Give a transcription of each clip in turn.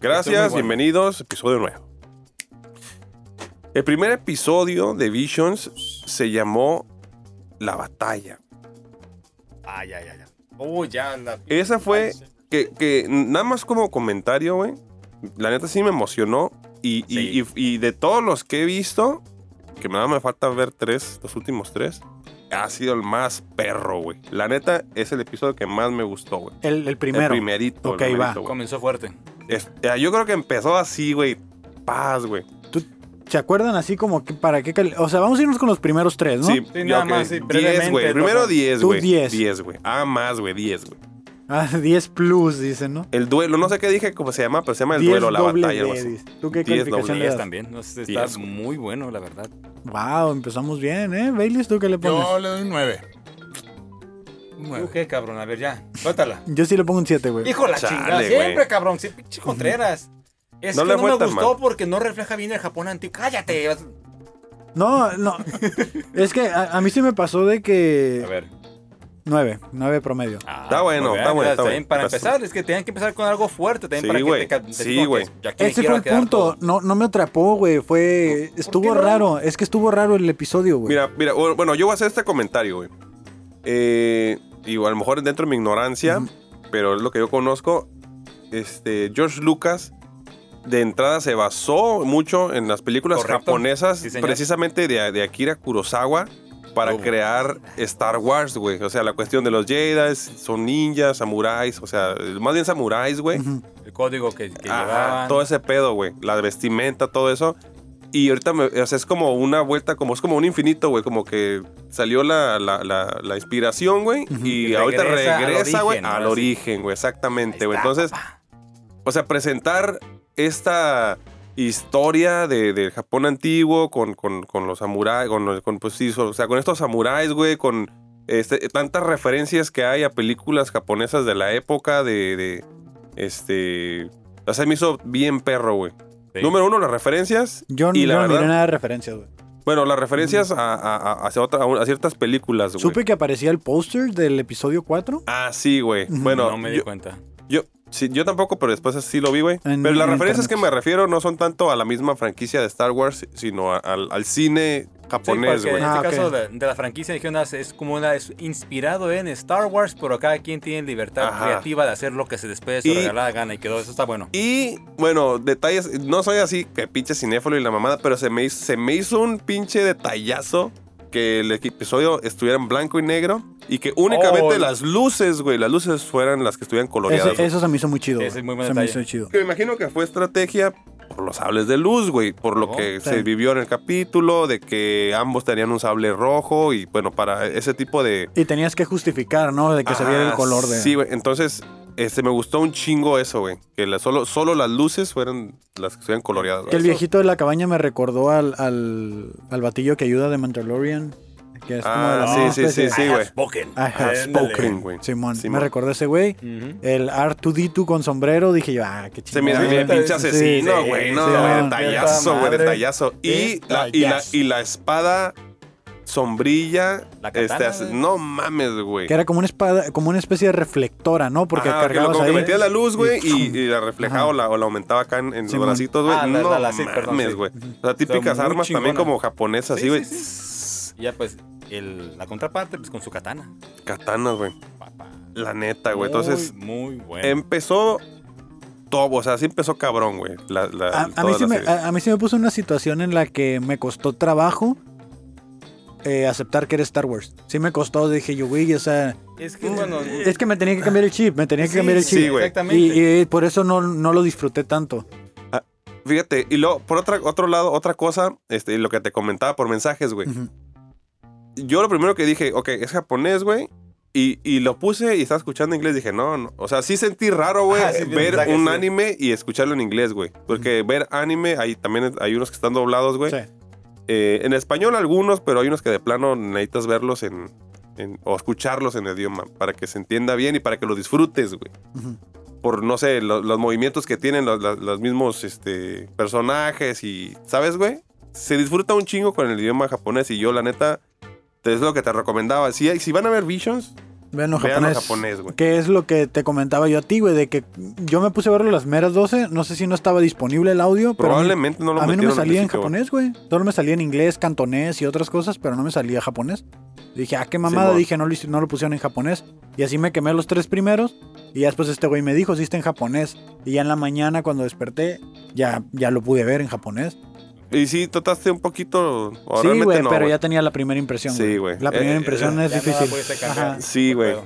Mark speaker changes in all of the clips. Speaker 1: Gracias,
Speaker 2: bueno.
Speaker 1: bienvenidos, episodio nuevo. El primer episodio de Visions se llamó La Batalla.
Speaker 2: Ah, ya, ya, ya. Uy, ya anda.
Speaker 1: Esa fue que, que nada más como comentario, güey. La neta sí me emocionó. Y, y-
Speaker 2: Sí.
Speaker 1: y- y de todos los que he visto, que nada me falta ver tres, los últimos tres, ha sido el más perro, güey. La neta es el episodio que más me gustó, güey.
Speaker 3: El, el primero.
Speaker 1: El primerito. el
Speaker 3: Ok, va.
Speaker 1: primerito, güey.
Speaker 4: Comenzó fuerte.
Speaker 1: Es- eh, yo creo que empezó así, güey. Paz, güey.
Speaker 3: ¿Tú- ¿Se acuerdan así como que para qué? cal- O sea, vamos a irnos con los primeros tres, ¿no?
Speaker 1: Sí,
Speaker 4: Sí,
Speaker 1: ya,
Speaker 4: nada
Speaker 1: ok.
Speaker 4: más, sí,
Speaker 1: 10, güey.
Speaker 4: brevemente,
Speaker 1: Primero
Speaker 4: toca.
Speaker 1: 10,
Speaker 3: Tú
Speaker 1: güey.
Speaker 3: 10.
Speaker 1: 10, güey. Ah, más, güey. 10, güey.
Speaker 3: Ah, 10 plus, dicen, ¿no?
Speaker 1: El duelo, no sé qué dije, cómo se llama, pero se llama el
Speaker 3: 10
Speaker 1: duelo, la
Speaker 3: doble
Speaker 1: batalla.
Speaker 3: D,
Speaker 1: algo así.
Speaker 3: dice. ¿Tú qué
Speaker 1: 10
Speaker 3: calificación
Speaker 1: doble
Speaker 3: le
Speaker 4: Ellas
Speaker 3: das?
Speaker 4: también. no
Speaker 2: este
Speaker 4: sé, Está
Speaker 1: Diez, güey.
Speaker 4: muy bueno, la verdad.
Speaker 3: Wow, empezamos bien, ¿eh? Baileys, ¿tú qué le pones?
Speaker 4: Yo
Speaker 3: Yo,
Speaker 4: le doy un 9.
Speaker 2: ¿Tú qué, cabrón? A ver, ya. Suéltala.
Speaker 3: sí le pongo un 7, güey.
Speaker 2: Hijo de la
Speaker 1: Chale,
Speaker 2: chingada.
Speaker 1: güey.
Speaker 2: Siempre, cabrón. Sí, pinche Contreras. Es
Speaker 1: No
Speaker 2: que
Speaker 1: le
Speaker 2: no
Speaker 1: fue
Speaker 2: me
Speaker 1: tan
Speaker 2: gustó
Speaker 1: mal.
Speaker 2: porque no refleja bien el Japón antiguo. ¡Cállate!
Speaker 3: No, no. es que a, a mí sí me pasó de
Speaker 2: A
Speaker 3: que.
Speaker 2: ver.
Speaker 3: 9, 9 promedio.
Speaker 2: Ah,
Speaker 1: Está bueno,
Speaker 2: muy bien,
Speaker 1: está bueno,
Speaker 2: mira,
Speaker 1: está
Speaker 2: también
Speaker 1: bueno.
Speaker 2: Para
Speaker 1: Estás-
Speaker 2: empezar, es que tenían que empezar con algo fuerte
Speaker 1: Sí,
Speaker 2: también para
Speaker 1: güey.
Speaker 2: que te ca- te
Speaker 1: Sí,
Speaker 2: digo que
Speaker 1: güey.
Speaker 2: ya aquí me
Speaker 3: Ese
Speaker 2: quiero
Speaker 3: fue el
Speaker 2: quedar
Speaker 3: punto.
Speaker 2: todo.
Speaker 3: No, no me atrapó, güey. Fue. Estuvo
Speaker 2: qué no?
Speaker 3: raro. Es que estuvo raro el episodio, güey.
Speaker 1: Mira, mira, bueno, bueno, yo voy a hacer este comentario, güey. Eh, digo, a lo mejor dentro de mi ignorancia,
Speaker 3: Ujú.
Speaker 1: pero es lo que yo conozco. Este, George Lucas de entrada se basó mucho en las películas
Speaker 2: Correcto.
Speaker 1: japonesas,
Speaker 2: Sí, señor.
Speaker 1: precisamente de, de Akira Kurosawa, para
Speaker 2: Oh.
Speaker 1: crear Star Wars, güey. O sea, la cuestión de los Jedi, son ninjas, samuráis, o sea, más bien samuráis, güey.
Speaker 3: Ujú.
Speaker 2: El código que, que
Speaker 1: Ajá,
Speaker 2: llevaban.
Speaker 1: todo ese pedo, güey. La vestimenta, todo eso. Y ahorita me- o sea, es como una vuelta, como es como un infinito, güey. Como que salió la, la- la- la inspiración, güey.
Speaker 3: Ujú.
Speaker 1: Y,
Speaker 2: Y
Speaker 1: ahorita
Speaker 2: regresa al
Speaker 1: regresa, güey,
Speaker 2: origen,
Speaker 1: al
Speaker 2: ahora sí.
Speaker 1: origen, güey.
Speaker 2: Ahí
Speaker 1: Exactamente, güey.
Speaker 2: está,
Speaker 1: Entonces,
Speaker 2: papá.
Speaker 1: o sea, presentar esta historia de, del Japón antiguo con, con- con los samuráis, con, los- con, pues, sí, o sea, con estos samuráis, güey, con este, tantas referencias que hay a películas japonesas de la época, de, de, este... O sea, me hizo bien perro, güey.
Speaker 2: Sí.
Speaker 1: Número uno, las referencias.
Speaker 3: Yo,
Speaker 1: y
Speaker 3: yo
Speaker 1: la
Speaker 3: no miré
Speaker 1: verdad,
Speaker 3: nada de referencias, güey.
Speaker 1: Bueno, las referencias a, a- a- hacia otra- a ciertas películas, güey.
Speaker 3: Supe que aparecía el póster del episodio 4.
Speaker 1: Ah, sí, güey.
Speaker 3: Ujú.
Speaker 1: Bueno,
Speaker 2: no me di
Speaker 1: yo-
Speaker 2: cuenta.
Speaker 1: Yo, sí, yo tampoco, pero después sí lo vi, güey.
Speaker 3: En-
Speaker 1: Pero las
Speaker 3: en
Speaker 1: referencias que
Speaker 3: internet.
Speaker 1: me refiero no son tanto a la misma franquicia de Star Wars, sino a- al, al cine
Speaker 2: Sí, porque
Speaker 1: japonés, güey.
Speaker 2: en este
Speaker 3: Ah, ok.
Speaker 2: caso de, de la franquicia dijeron, "Ah, es como una, es inspirado en Star Wars, pero cada quien tiene libertad
Speaker 1: Ajá.
Speaker 2: creativa de hacer lo que se les pede su
Speaker 1: Y-
Speaker 2: regalada gana y quedó. Eso está bueno.
Speaker 1: Y bueno, detalles, no soy así que pinche cinéfalo y la mamada, pero se me hizo, se me hizo un pinche detallazo que el episodio estuviera en blanco y negro y que únicamente
Speaker 2: Oh.
Speaker 1: las luces, güey, las luces fueran las que estuvieran coloreadas.
Speaker 3: Ese- eso se me hizo muy chido.
Speaker 2: Ese
Speaker 3: güey.
Speaker 2: es muy buen
Speaker 3: se me
Speaker 2: detalle.
Speaker 3: hizo chido.
Speaker 1: Que me imagino que fue estrategia por los sables de luz, güey. Por lo
Speaker 2: Oh,
Speaker 1: que
Speaker 3: sí.
Speaker 1: se vivió en el capítulo, de que ambos tenían un sable rojo y bueno, para ese tipo de...
Speaker 3: Y tenías que justificar, ¿no? De que se viera
Speaker 1: Ah,
Speaker 3: el color de.
Speaker 1: Sí, güey. Entonces, este, me gustó un chingo eso, güey. Que la- solo, solo las luces fueran las que estuvieran coloreadas.
Speaker 3: Que el
Speaker 1: güey.
Speaker 3: viejito de la cabaña me recordó al, al, al batillo que ayuda de Mandalorian. Que es como de
Speaker 1: Ah,
Speaker 3: la
Speaker 1: sí,
Speaker 3: misma
Speaker 1: sí, sí,
Speaker 3: especie.
Speaker 1: sí, güey.
Speaker 2: Spoken.
Speaker 3: I have
Speaker 2: Ándale.
Speaker 1: spoken, güey.
Speaker 3: Simón,
Speaker 1: Simón.
Speaker 3: me recordó ese güey.
Speaker 2: Ujú.
Speaker 3: El R2D2 con sombrero, dije yo, ah, qué chido.
Speaker 1: Se mira
Speaker 2: Sí,
Speaker 1: bien
Speaker 2: está-
Speaker 1: pinche
Speaker 2: sí,
Speaker 1: asesino,
Speaker 2: sí,
Speaker 1: güey.
Speaker 2: sí,
Speaker 1: no,
Speaker 3: sí,
Speaker 1: güey,
Speaker 3: no,
Speaker 1: detallazo, güey,
Speaker 2: madre.
Speaker 1: detallazo. Y la, y, la,
Speaker 2: Detallazo.
Speaker 1: y la espada sombrilla.
Speaker 2: La
Speaker 1: este,
Speaker 2: katana,
Speaker 1: hace-
Speaker 2: güey.
Speaker 1: no mames, güey.
Speaker 3: Que era como una espada, como una especie de reflectora, ¿no? Porque
Speaker 1: Ajá, Ah, que lo-
Speaker 3: cargabas
Speaker 1: como
Speaker 3: ahí.
Speaker 1: que metías la luz, güey,
Speaker 3: y
Speaker 1: y,
Speaker 3: ¡chum!
Speaker 1: y la reflejaba
Speaker 3: Ajá.
Speaker 1: o la, o la aumentaba acá en, en los
Speaker 3: Simón.
Speaker 1: bracitos, güey.
Speaker 2: Ah, la-
Speaker 1: no
Speaker 2: la- la- sí, perdón,
Speaker 1: mames,
Speaker 2: sí.
Speaker 1: güey. O sea, típicas
Speaker 2: muy
Speaker 1: armas también
Speaker 2: chingona.
Speaker 1: como japonesas, así,
Speaker 2: Sí,
Speaker 1: güey.
Speaker 2: sí, Y Ya pues, el- la contraparte, pues con su katana.
Speaker 1: Katanas, güey.
Speaker 2: Papá.
Speaker 1: La neta, Ah, güey. Entonces, em
Speaker 2: Muy, muy bueno.
Speaker 1: empezó todo, o sea, sí empezó cabrón, güey. La, la-
Speaker 3: A, a
Speaker 1: toda
Speaker 3: mí sí
Speaker 1: la
Speaker 3: me,
Speaker 1: serie.
Speaker 3: a, a mí sí me puso una situación en la que me costó trabajo eh, aceptar que era Star Wars. Sí me costó, dije yo, güey, o sea.
Speaker 2: es que bueno.
Speaker 3: Es que me tenía que cambiar el chip, me tenía que
Speaker 2: sí,
Speaker 3: cambiar el
Speaker 2: sí,
Speaker 3: chip.
Speaker 1: güey.
Speaker 2: Exactamente.
Speaker 3: Y, y por eso no, no lo disfruté tanto.
Speaker 1: Fíjate, y luego, por otra, otro lado, otra cosa, este, lo que te comentaba por mensajes, güey.
Speaker 3: Ujú.
Speaker 1: Yo lo primero que dije, ok, es japonés, güey. Y, y lo puse y estaba escuchando inglés. Dije, no, no. O sea, sí sentí raro, güey,
Speaker 2: Ah, sí,
Speaker 1: ver
Speaker 2: mensajes,
Speaker 1: un
Speaker 2: sí.
Speaker 1: anime y escucharlo en inglés, güey. Porque ver anime, hay, también hay unos que están doblados, güey.
Speaker 3: Sí.
Speaker 1: Eh, en español algunos, pero hay unos que de plano necesitas verlos en, en- o escucharlos en el idioma para que se entienda bien y para que lo disfrutes, güey.
Speaker 3: Ujú.
Speaker 1: Por, no sé, lo- los movimientos que tienen los, los- los mismos este, personajes y, ¿sabes, güey? Se disfruta un chingo con el idioma japonés y yo, la neta, es lo que te recomendaba. Si, hay- si van a ver Visions,
Speaker 3: Vean lo
Speaker 1: Vean
Speaker 3: japonés.
Speaker 1: japonés, güey.
Speaker 3: Que es lo que te comentaba yo a ti, güey, de que yo me puse a verlo a las meras 12. No sé si no estaba disponible el audio, pero. a mí-
Speaker 1: Probablemente no lo
Speaker 3: a mí no me
Speaker 1: metieron al
Speaker 3: salía en
Speaker 1: sitio, güey.
Speaker 3: japonés, güey. Solo me salía en inglés, cantonés y otras cosas, pero no me salía japonés. Dije, ah, qué mamada.
Speaker 1: Simón.
Speaker 3: Dije, no lo, hice- no lo pusieron en japonés. Y así me quemé los tres primeros. Y ya después este güey me dijo, sí está en japonés. Y ya en la mañana, cuando desperté, ya, ya lo pude ver en japonés.
Speaker 1: Y sí, trataste un poquito. o
Speaker 3: sí,
Speaker 1: realmente
Speaker 3: güey,
Speaker 1: no,
Speaker 3: pero
Speaker 1: güey.
Speaker 3: ya tenía la primera impresión.
Speaker 1: Sí, güey.
Speaker 3: La primera
Speaker 1: Eh,
Speaker 3: impresión
Speaker 1: eh,
Speaker 3: es
Speaker 2: Ya no la
Speaker 3: difícil.
Speaker 2: pudiste cambiar.
Speaker 3: Ajá.
Speaker 1: Sí, güey.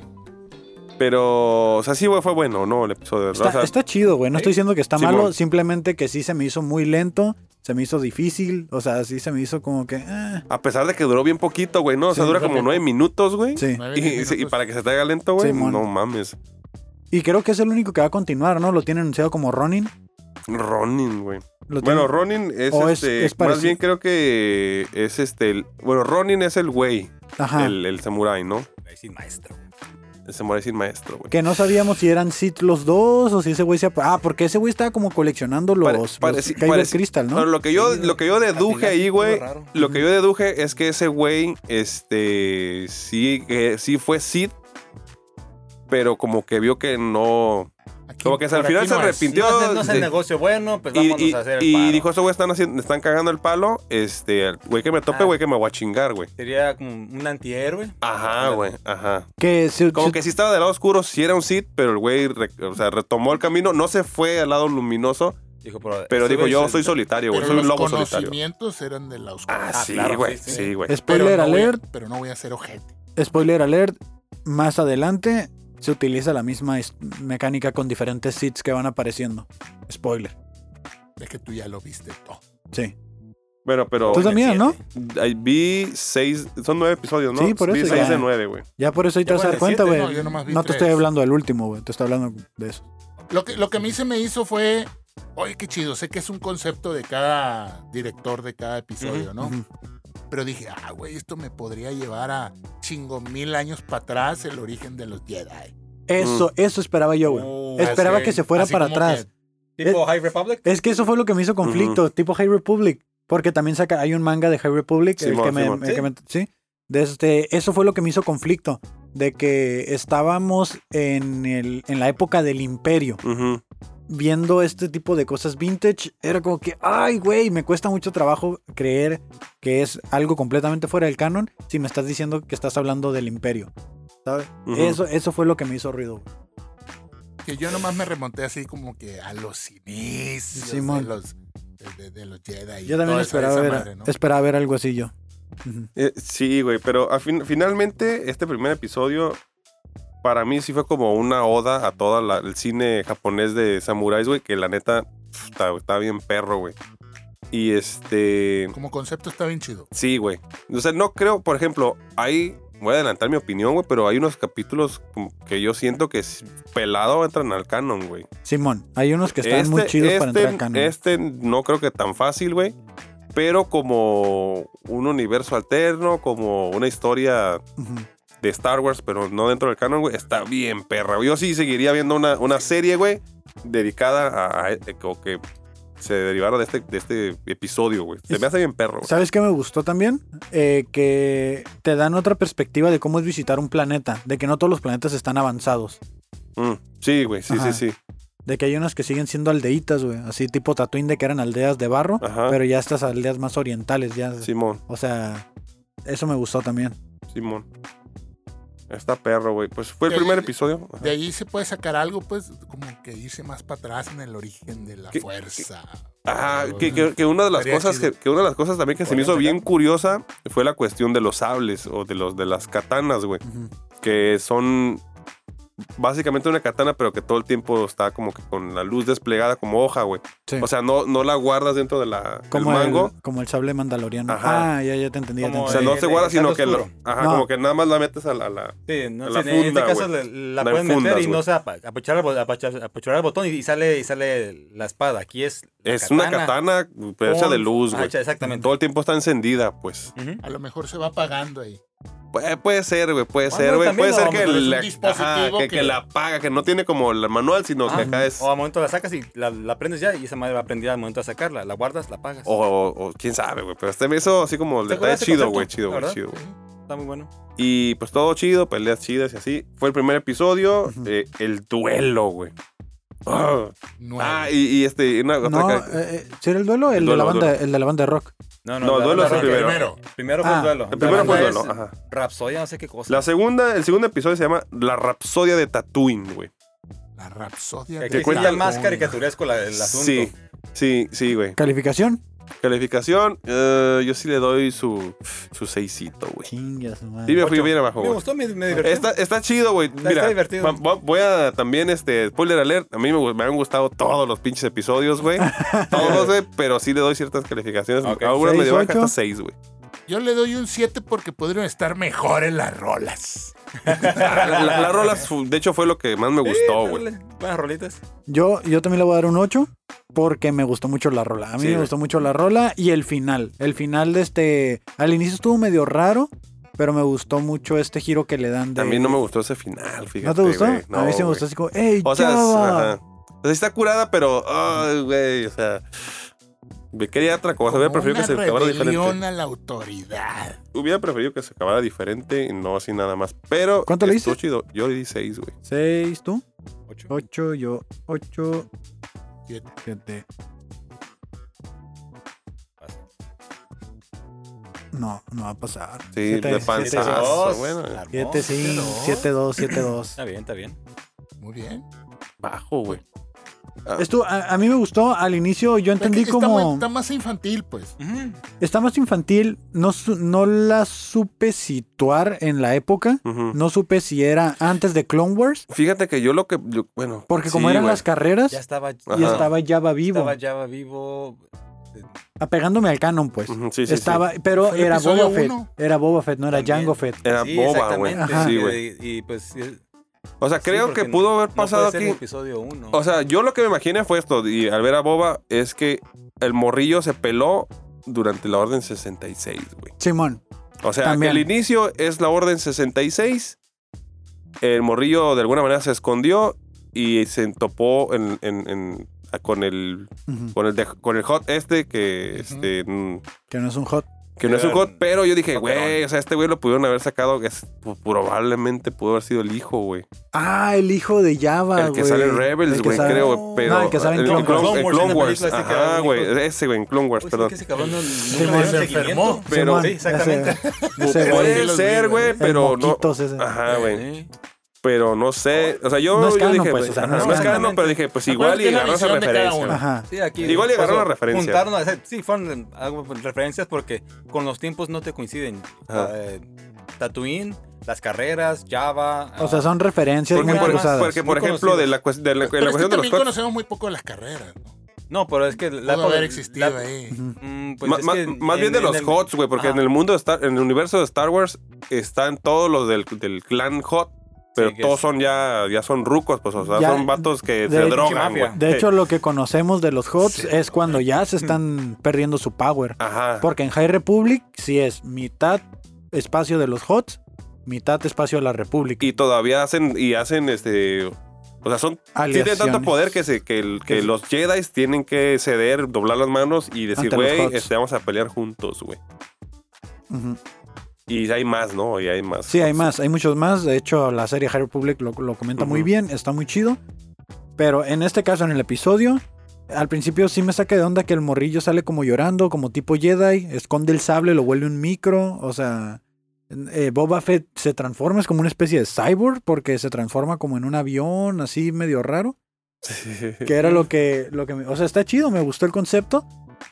Speaker 1: Pero, o sea, sí, güey, fue bueno, ¿no? El episodio.
Speaker 3: Está,
Speaker 1: o sea,
Speaker 3: está chido, güey. No
Speaker 2: ¿sí?
Speaker 3: estoy diciendo que está
Speaker 1: Simón.
Speaker 3: malo, simplemente que sí se me hizo muy lento, se me hizo difícil, o sea, sí se me hizo como que... ah,
Speaker 1: A pesar de que duró bien poquito, güey, ¿no? O sea,
Speaker 3: Sí,
Speaker 1: dura
Speaker 4: duró
Speaker 1: como
Speaker 4: bien
Speaker 1: nueve minutos, güey.
Speaker 3: sí.
Speaker 4: Nueve,
Speaker 1: Y,
Speaker 4: diez
Speaker 1: y se- y
Speaker 4: minutos.
Speaker 1: para que se te haga lento, güey,
Speaker 3: Simón.
Speaker 1: no mames.
Speaker 3: Y creo que es el único que va a continuar, ¿no? Lo tiene anunciado como Ronin.
Speaker 1: Ronin, güey.
Speaker 3: Lo tiene-
Speaker 1: Bueno, Ronin es
Speaker 3: O es-
Speaker 1: este.
Speaker 3: es
Speaker 1: más
Speaker 3: parecido.
Speaker 1: bien creo que es este. el- bueno, Ronin es el güey,
Speaker 3: Ajá.
Speaker 1: el, el samurái, ¿no?
Speaker 2: Ahí sí, maestro.
Speaker 1: El samurái sin maestro, güey.
Speaker 3: Que no sabíamos si eran Sith los dos o si ese güey se... ap- Ah, porque ese güey estaba como coleccionando los,
Speaker 1: Pare-
Speaker 3: los
Speaker 1: pareci-
Speaker 3: Kyber
Speaker 1: pareci-
Speaker 3: Crystal, ¿no?
Speaker 1: Pero lo que yo,
Speaker 2: Sí,
Speaker 1: lo que yo deduje
Speaker 2: Al final,
Speaker 1: ahí, güey.
Speaker 2: todo raro.
Speaker 1: Lo que yo deduje es que ese güey, este, sí, que sí fue Sid, pero como que vio que no...
Speaker 4: Aquí-
Speaker 1: Como que al
Speaker 4: por
Speaker 1: final
Speaker 4: aquí
Speaker 1: se
Speaker 4: no es.
Speaker 1: arrepintió.
Speaker 2: No es, no es el
Speaker 1: de-
Speaker 2: negocio bueno, pues vámonos
Speaker 1: y, y-
Speaker 2: a hacer el
Speaker 1: y
Speaker 2: paro.
Speaker 1: dijo, estos güey están, haciendo- están cagando el palo, este, el güey que me tope,
Speaker 2: Ah.
Speaker 1: güey que me voy a chingar, güey.
Speaker 2: Sería como un antihéroe.
Speaker 1: Ajá, güey, ajá.
Speaker 3: que se-
Speaker 1: Como
Speaker 3: se-
Speaker 1: que sí estaba del lado oscuro, sí era un Sid, pero el güey, re- o sea, retomó el camino, no se fue al lado luminoso,
Speaker 2: Dijo, pero,
Speaker 1: pero
Speaker 2: este
Speaker 1: dijo,
Speaker 2: güey
Speaker 1: yo
Speaker 2: es-
Speaker 1: soy solitario, güey,
Speaker 4: Pero
Speaker 1: soy un
Speaker 4: los
Speaker 1: lobo solitario.
Speaker 4: conocimientos eran de la oscuridad.
Speaker 1: Ah,
Speaker 2: Ah,
Speaker 1: sí,
Speaker 2: claro,
Speaker 1: güey,
Speaker 2: sí, sí.
Speaker 1: sí, güey.
Speaker 3: Spoiler
Speaker 4: no voy a-
Speaker 3: alert,
Speaker 4: pero no voy a ser ojete.
Speaker 3: spoiler alert. Más adelante se utiliza la misma es- mecánica con diferentes Siths que van apareciendo. Spoiler.
Speaker 4: Es que tú ya lo viste todo.
Speaker 3: Sí.
Speaker 1: Bueno, pero...
Speaker 3: Tú también, ¿no?
Speaker 1: Ay, Vi seis, son nueve episodios, ¿no?
Speaker 3: Sí, por
Speaker 1: Vi
Speaker 3: eso
Speaker 1: seis
Speaker 3: ya.
Speaker 1: de nueve, güey.
Speaker 3: Ya por eso ahí te
Speaker 2: Ya
Speaker 3: vas a
Speaker 2: van
Speaker 3: dar
Speaker 2: en
Speaker 3: cuenta,
Speaker 2: siete,
Speaker 3: güey.
Speaker 4: no, yo nomás vi
Speaker 3: No te
Speaker 4: tres.
Speaker 3: estoy hablando del último, güey. Te estoy hablando de eso.
Speaker 4: Lo que, lo que a mí se me hizo fue, oye, qué chido, sé que es un concepto de cada director de cada episodio, ¿no?
Speaker 3: Ujú.
Speaker 4: Pero dije, ah, güey, esto me podría llevar a chingo mil años para atrás el origen de los Jedi.
Speaker 3: Eso,
Speaker 1: Mm.
Speaker 3: eso esperaba yo, güey.
Speaker 4: Oh.
Speaker 2: Uh,
Speaker 3: esperaba
Speaker 2: así-
Speaker 3: que se fuera
Speaker 4: así
Speaker 3: para
Speaker 4: como
Speaker 3: atrás.
Speaker 2: Tipo High Republic.
Speaker 3: Es que eso fue lo que me hizo conflicto, tipo High Republic. Porque también saca, hay un manga de High Republic, el
Speaker 1: Simón,
Speaker 3: que me-
Speaker 1: Simón.
Speaker 3: el que me- sí. De este, eso fue lo que me hizo conflicto. De que estábamos en, el, en la época del imperio,
Speaker 1: Ujú.
Speaker 3: viendo este tipo de cosas vintage. Era como que, ay, güey, me cuesta mucho trabajo creer que es algo completamente fuera del canon si me estás diciendo que estás hablando del imperio. ¿Sabes?
Speaker 1: Ujú.
Speaker 3: eso, eso fue lo que me hizo ruido.
Speaker 4: Que yo nomás me remonté así como que a los inicios de
Speaker 3: Simón.
Speaker 4: los, de, de- de los Jedi. y
Speaker 3: Yo también
Speaker 4: toda esa-
Speaker 3: esperaba
Speaker 4: esa
Speaker 3: ver,
Speaker 4: madre, ¿no?
Speaker 3: esperaba ver algo así yo. Ujú.
Speaker 1: Eh, sí, güey, pero a fin- finalmente este primer episodio para mí sí fue como una oda a todo el cine japonés de samuráis, güey, que la neta pf, está, está bien perro, güey. Y este...
Speaker 4: Como concepto está bien chido.
Speaker 1: Sí, güey. O sea, no creo, por ejemplo, hay... Voy a adelantar mi opinión, güey, pero hay unos capítulos como que yo siento que s- pelado entran al canon, güey.
Speaker 3: Simón, hay unos que están
Speaker 4: Este,
Speaker 3: muy chidos para entrar al canon.
Speaker 1: Este no creo que tan fácil, güey. Pero como un universo alterno, como una historia
Speaker 3: Ujú.
Speaker 1: de Star Wars, pero no dentro del canon, güey, está bien perra. Yo sí seguiría viendo una, una serie, güey, dedicada a, a- eh, o que se derivara de este, de este episodio, güey. Se
Speaker 3: Es-
Speaker 1: me hace bien perro, güey.
Speaker 3: ¿Sabes qué me gustó también? Eh, que te dan otra perspectiva de cómo es visitar un planeta, de que no todos los planetas están avanzados,
Speaker 1: Mm, sí, güey, sí,
Speaker 3: Ajá.
Speaker 1: sí, sí.
Speaker 3: de que hay unos que siguen siendo aldeitas, güey, así tipo Tatooine de que eran aldeas de barro,
Speaker 1: Ajá.
Speaker 3: pero ya estas aldeas más orientales, ya,
Speaker 1: Simón,
Speaker 3: o sea, eso me gustó también.
Speaker 1: Simón. Está perro, güey. Pues fue el
Speaker 4: De ahí-
Speaker 1: primer episodio. Ajá.
Speaker 4: De ahí se puede sacar algo, pues, como que irse más para atrás en el origen de la
Speaker 1: ¿Qué-
Speaker 4: fuerza.
Speaker 3: Ah,
Speaker 1: Ajá,
Speaker 4: Algo,
Speaker 1: que,
Speaker 4: ¿no?
Speaker 1: que- que una de las
Speaker 4: Estaría
Speaker 1: cosas que,
Speaker 4: chido.
Speaker 1: que una de las cosas también que se me hizo
Speaker 2: Podrían
Speaker 1: bien
Speaker 2: sacar.
Speaker 1: curiosa fue la cuestión de los sables o de los de las katanas, güey,
Speaker 3: Ujú.
Speaker 1: que son básicamente una katana pero que todo el tiempo está como que con la luz desplegada como hoja, güey.
Speaker 3: Sí.
Speaker 1: O sea, no, no la guardas dentro de la del
Speaker 3: como,
Speaker 1: mango.
Speaker 3: el, como el sable mandaloriano.
Speaker 1: Ajá.
Speaker 3: Ah, ya, ya te entendí. ya te
Speaker 2: Como
Speaker 1: O
Speaker 3: entendí.
Speaker 1: sea, no
Speaker 2: el-
Speaker 1: se
Speaker 2: el-
Speaker 1: guarda,
Speaker 2: el
Speaker 1: sino
Speaker 2: lado
Speaker 1: que, la,
Speaker 2: oscuro.
Speaker 1: ajá,
Speaker 3: No.
Speaker 1: como que nada más la metes a la... a la-
Speaker 2: Sí, no,
Speaker 1: La
Speaker 2: sí, en
Speaker 1: funda,
Speaker 2: este caso
Speaker 1: güey.
Speaker 2: la, la
Speaker 1: La
Speaker 2: pueden
Speaker 1: enfundas,
Speaker 2: meter y
Speaker 1: güey.
Speaker 2: no se apa- apachar, el bo- apacha- apachurar el botón y, y sale y sale la espada. Aquí es la
Speaker 1: Es una katana pero hecha
Speaker 2: con-
Speaker 1: de luz,
Speaker 2: Ah,
Speaker 1: güey.
Speaker 2: echa- exactamente.
Speaker 1: Todo el tiempo está encendida, pues.
Speaker 2: Ujú.
Speaker 4: A lo mejor se va apagando ahí. ¿eh?
Speaker 1: Puede, eh, puede ser, güey, puede
Speaker 2: Bueno,
Speaker 1: ser, güey.
Speaker 2: Ah, también
Speaker 1: Puede
Speaker 2: lo
Speaker 1: ser
Speaker 2: vamos
Speaker 1: que
Speaker 2: a ver,
Speaker 4: es un
Speaker 1: la, ajá,
Speaker 4: dispositivo
Speaker 1: que, que
Speaker 4: que-
Speaker 1: la apaga, que no tiene como el manual, sino que
Speaker 2: Ah,
Speaker 1: acá es...
Speaker 2: O al momento la sacas y la, la prendes ya y esa madre va a prender al momento de sacarla. La guardas, la apagas.
Speaker 1: Oh. O, o- o quién sabe, güey. Pero este me hizo así como el
Speaker 2: ¿Te acuerdas
Speaker 1: detalle
Speaker 2: de ese
Speaker 1: chido,
Speaker 2: concepto?
Speaker 1: güey. Chido, güey. Chido,
Speaker 2: ¿Verdad?
Speaker 4: ¿sí?
Speaker 1: güey.
Speaker 2: está muy bueno.
Speaker 1: Y pues todo chido, peleas chidas y así. Fue el primer episodio,
Speaker 3: Ujú.
Speaker 1: eh, el duelo, güey. Ah,
Speaker 4: Nueve.
Speaker 1: ah, y, y este, una otra
Speaker 3: No,
Speaker 1: ca-
Speaker 3: eh, eh, ¿sí era el duelo? El,
Speaker 1: El
Speaker 3: de la
Speaker 1: duelo,
Speaker 3: banda, el de la banda de rock.
Speaker 1: No, el duelo
Speaker 2: la
Speaker 1: es el
Speaker 2: verdad que-
Speaker 1: primero.
Speaker 2: Primero fue
Speaker 3: Ah,
Speaker 2: el duelo.
Speaker 1: el primero
Speaker 2: La
Speaker 1: fue el
Speaker 2: verdad
Speaker 1: duelo,
Speaker 2: es
Speaker 1: ajá.
Speaker 2: Rapsodia, no sé qué cosa.
Speaker 1: La segunda, el segundo episodio se llama La Rapsodia de Tatooine, güey.
Speaker 4: La Rapsodia.
Speaker 2: Que
Speaker 4: de
Speaker 2: Aquí
Speaker 1: cuenta-
Speaker 2: cuenta más
Speaker 4: Tatooine.
Speaker 2: caricaturesco la, el asunto.
Speaker 1: Sí, sí, sí, güey.
Speaker 3: ¿Calificación?
Speaker 1: Calificación, eh, yo sí le doy su, su seisito, güey.
Speaker 3: Chingas,
Speaker 1: Sí, me fui
Speaker 2: Ocho.
Speaker 1: bien abajo,
Speaker 2: Me
Speaker 1: güey.
Speaker 2: gustó, me, me divertí.
Speaker 1: Está, está chido, güey.
Speaker 2: Está-
Speaker 1: Mira,
Speaker 2: está divertido.
Speaker 1: va- va- voy a también, este, spoiler alert. A mí me, gu- me han gustado todos los pinches episodios, güey. todos, güey, pero sí le doy ciertas calificaciones.
Speaker 2: Ok.
Speaker 1: Algunas
Speaker 3: Seis,
Speaker 1: medio bajas,
Speaker 3: ocho.
Speaker 1: hasta seis, güey.
Speaker 4: Yo le doy un 7 porque podrían estar mejor en las rolas.
Speaker 1: La, la, la rola, fu- de hecho, fue lo que más me
Speaker 2: Sí,
Speaker 1: gustó, güey.
Speaker 2: dale, Buenas rolitas.
Speaker 3: Yo, yo también le voy a dar un 8 porque me gustó mucho la rola. A mí
Speaker 1: Sí,
Speaker 3: me
Speaker 1: güey.
Speaker 3: gustó mucho la rola y el final. El final de este. Al inicio estuvo medio raro, pero me gustó mucho este giro que le dan de.
Speaker 1: A mí no me gustó ese final, fíjate.
Speaker 3: ¿No te gustó?
Speaker 1: güey. No,
Speaker 3: a mí sí me
Speaker 1: güey.
Speaker 3: gustó así como, ¡Ey,
Speaker 1: O sea, es-
Speaker 3: Java!
Speaker 1: ajá. O sea, está curada, pero. Ay, güey, o sea. Me quería otra cosa. Hubiera
Speaker 4: Como
Speaker 1: preferido que se
Speaker 4: una
Speaker 1: acabara
Speaker 4: rebelión
Speaker 1: diferente.
Speaker 4: a la autoridad.
Speaker 1: Hubiera preferido que se acabara diferente y no así nada más. Pero.
Speaker 3: ¿Cuánto le
Speaker 1: estuvo chido. Yo le di 6, güey.
Speaker 3: 6, tú.
Speaker 2: Ocho.
Speaker 3: 8, yo. 8, 7. No, no va a pasar.
Speaker 1: Sí,
Speaker 3: Siete,
Speaker 1: de
Speaker 3: siete,
Speaker 1: panza.
Speaker 3: dos.
Speaker 1: Ah, bueno,
Speaker 4: Armó,
Speaker 3: Siete, sí,
Speaker 4: pero-
Speaker 3: siete, dos, siete, dos.
Speaker 2: Está bien, está bien.
Speaker 4: Muy bien.
Speaker 1: Bajo, güey. Ah,
Speaker 3: Esto a, a mí me gustó al inicio, yo entendí
Speaker 4: Está
Speaker 3: como...
Speaker 4: muy- Está más infantil, pues.
Speaker 2: Ujú.
Speaker 3: Está más infantil, no, su- no la supe situar en la época,
Speaker 1: ujú.
Speaker 3: no supe si era antes de Clone Wars,
Speaker 1: Fíjate que yo lo que. yo- bueno.
Speaker 3: porque como
Speaker 1: sí,
Speaker 3: eran
Speaker 1: güey.
Speaker 3: las carreras,
Speaker 2: Ya estaba.
Speaker 1: Ajá.
Speaker 3: ya estaba Java vivo,
Speaker 2: Estaba Java vivo.
Speaker 3: apegándome al canon pues.
Speaker 1: Ujú, Sí, sí, sí.
Speaker 3: estaba, pero
Speaker 4: Fue el
Speaker 3: era
Speaker 4: episodio
Speaker 3: Boba Fett,
Speaker 4: uno.
Speaker 3: era Boba Fett, no era
Speaker 2: También.
Speaker 3: Jango Fett.
Speaker 1: Era
Speaker 2: Sí,
Speaker 1: boba, güey.
Speaker 2: exactamente.
Speaker 1: Sí,
Speaker 2: Y-
Speaker 1: güey.
Speaker 2: Y, pues. sí,
Speaker 1: O sea, creo
Speaker 2: sí,
Speaker 1: que
Speaker 2: porque
Speaker 1: pudo haber
Speaker 2: no
Speaker 1: pasado
Speaker 2: puede ser
Speaker 1: aquí. Oh,
Speaker 2: en episodio 1.
Speaker 1: O sea, yo lo que me imaginé fue esto, y al ver a Boba, es que el morrillo se peló durante la Orden 66, güey.
Speaker 3: Simón,
Speaker 1: O sea,
Speaker 3: También.
Speaker 1: que el inicio es la Orden 66, el morrillo de alguna manera se escondió y se topó en- en- en- con el
Speaker 3: ujú,
Speaker 1: con el, de- con el hot este que
Speaker 4: Ujú.
Speaker 1: este mm,
Speaker 3: que no es un hot.
Speaker 1: que no es un
Speaker 2: Era
Speaker 1: hot,
Speaker 2: un
Speaker 1: pero yo dije,
Speaker 2: paperón.
Speaker 1: güey, o sea, este güey lo pudieron haber sacado, que es- pu- probablemente pudo haber sido el hijo, güey.
Speaker 3: Ah, el hijo de Java,
Speaker 1: El que sale en Rebels,
Speaker 3: Ah, El que
Speaker 1: güey,
Speaker 3: sale-
Speaker 1: creo,
Speaker 2: No,
Speaker 1: pero.
Speaker 3: el que sale en
Speaker 1: el-
Speaker 3: Clone
Speaker 1: Clone-
Speaker 2: Wars.
Speaker 1: en
Speaker 2: Clone
Speaker 1: Clone Wars.
Speaker 2: Wars, en la película ese que era
Speaker 1: Ajá,
Speaker 2: un hijo.
Speaker 1: güey. Ese, güey, en Clone Wars,
Speaker 2: Pues sí,
Speaker 1: perdón.
Speaker 2: que se acabó, no-
Speaker 3: Sí,
Speaker 2: nunca le dieron
Speaker 4: se
Speaker 2: seguimiento.
Speaker 4: enfermó.
Speaker 1: Pero-
Speaker 2: Sí, exactamente.
Speaker 3: Ese- ese-
Speaker 4: Puede
Speaker 1: Puede
Speaker 4: los
Speaker 1: ser,
Speaker 4: vi,
Speaker 1: güey,
Speaker 4: güey.
Speaker 1: pero
Speaker 3: el
Speaker 1: no.
Speaker 3: moquitos ese.
Speaker 1: Ajá, Ah, güey.
Speaker 2: Sí.
Speaker 1: Pero no sé. O sea, yo,
Speaker 3: No es
Speaker 1: yo
Speaker 3: canon,
Speaker 1: dije,
Speaker 3: pues,
Speaker 1: pues,
Speaker 3: o sea,
Speaker 1: ajá,
Speaker 3: no es
Speaker 1: no es canon,
Speaker 4: canon.
Speaker 1: pero dije, pues igual y
Speaker 4: Acuérdate la
Speaker 1: agarró esa
Speaker 4: visión de cada uno.
Speaker 1: referencia.
Speaker 3: Ajá.
Speaker 2: Sí, aquí
Speaker 1: Igual y
Speaker 2: pues,
Speaker 1: agarraron la referencia.
Speaker 2: Juntaron, o sea, sí, fueron algo, pues, referencias porque con los tiempos no te coinciden.
Speaker 1: Ajá.
Speaker 2: Eh, Tatooine, las carreras, Java. ah,
Speaker 3: O sea, son referencias
Speaker 1: Porque,
Speaker 3: muy
Speaker 1: por,
Speaker 2: nada más,
Speaker 3: cruzadas.
Speaker 1: porque, por
Speaker 2: Muy
Speaker 1: ejemplo, de la, cues- de la- de la
Speaker 4: Pero es que
Speaker 1: cuestión de los
Speaker 4: también
Speaker 1: coches.
Speaker 4: conocemos muy poco de las carreras. ¿no?
Speaker 2: No, pero es que la
Speaker 4: Pudo haber
Speaker 2: la-
Speaker 4: existido ahí.
Speaker 3: Ujú.
Speaker 2: Mm, pues
Speaker 1: Ma-
Speaker 2: es
Speaker 1: ma-
Speaker 2: que
Speaker 1: más
Speaker 2: en-
Speaker 1: bien de
Speaker 2: en
Speaker 1: los
Speaker 2: el-
Speaker 1: HOTS, güey, porque
Speaker 2: Ajá.
Speaker 1: en el mundo de Star, en el universo de Star Wars están todos los del, del clan HOT, pero
Speaker 2: Sí, que
Speaker 1: todos
Speaker 2: es-
Speaker 1: son ya, ya son rucos, pues, o sea,
Speaker 3: Ya-
Speaker 1: son vatos que
Speaker 3: de
Speaker 1: se
Speaker 3: hecho,
Speaker 1: drogan,
Speaker 2: mafia.
Speaker 1: güey.
Speaker 3: De hecho, lo que conocemos de los HOTS
Speaker 4: Sí,
Speaker 3: es cuando ya se están perdiendo su power.
Speaker 1: Ajá.
Speaker 3: Porque en High Republic sí es mitad espacio de los HOTS, mitad espacio de la República.
Speaker 1: Y todavía hacen, y hacen este. O sea, son. Tienen
Speaker 3: Aliaciones.
Speaker 1: tanto poder que, se, que, el- que
Speaker 3: Que se-
Speaker 1: los Jedi tienen que ceder, doblar las manos y decir,
Speaker 3: Ante los
Speaker 1: güey,
Speaker 3: Hots.
Speaker 1: este, vamos a pelear juntos, güey.
Speaker 3: Ujú.
Speaker 1: Y hay más, ¿no? Y hay más.
Speaker 3: Sí, hay más, hay muchos más. De hecho, la serie High Republic lo, lo comenta muy
Speaker 1: Ujú.
Speaker 3: bien, está muy chido. Pero en este caso, en el episodio, al principio sí me saca de onda que el morrillo sale como llorando, como tipo Jedi, esconde el sable, lo vuelve un micro, o sea... eh, Boba Fett se transforma, es como una especie de cyborg, porque se transforma como en un avión, así medio raro. que era lo que, lo que me- o sea, está chido, me gustó el concepto.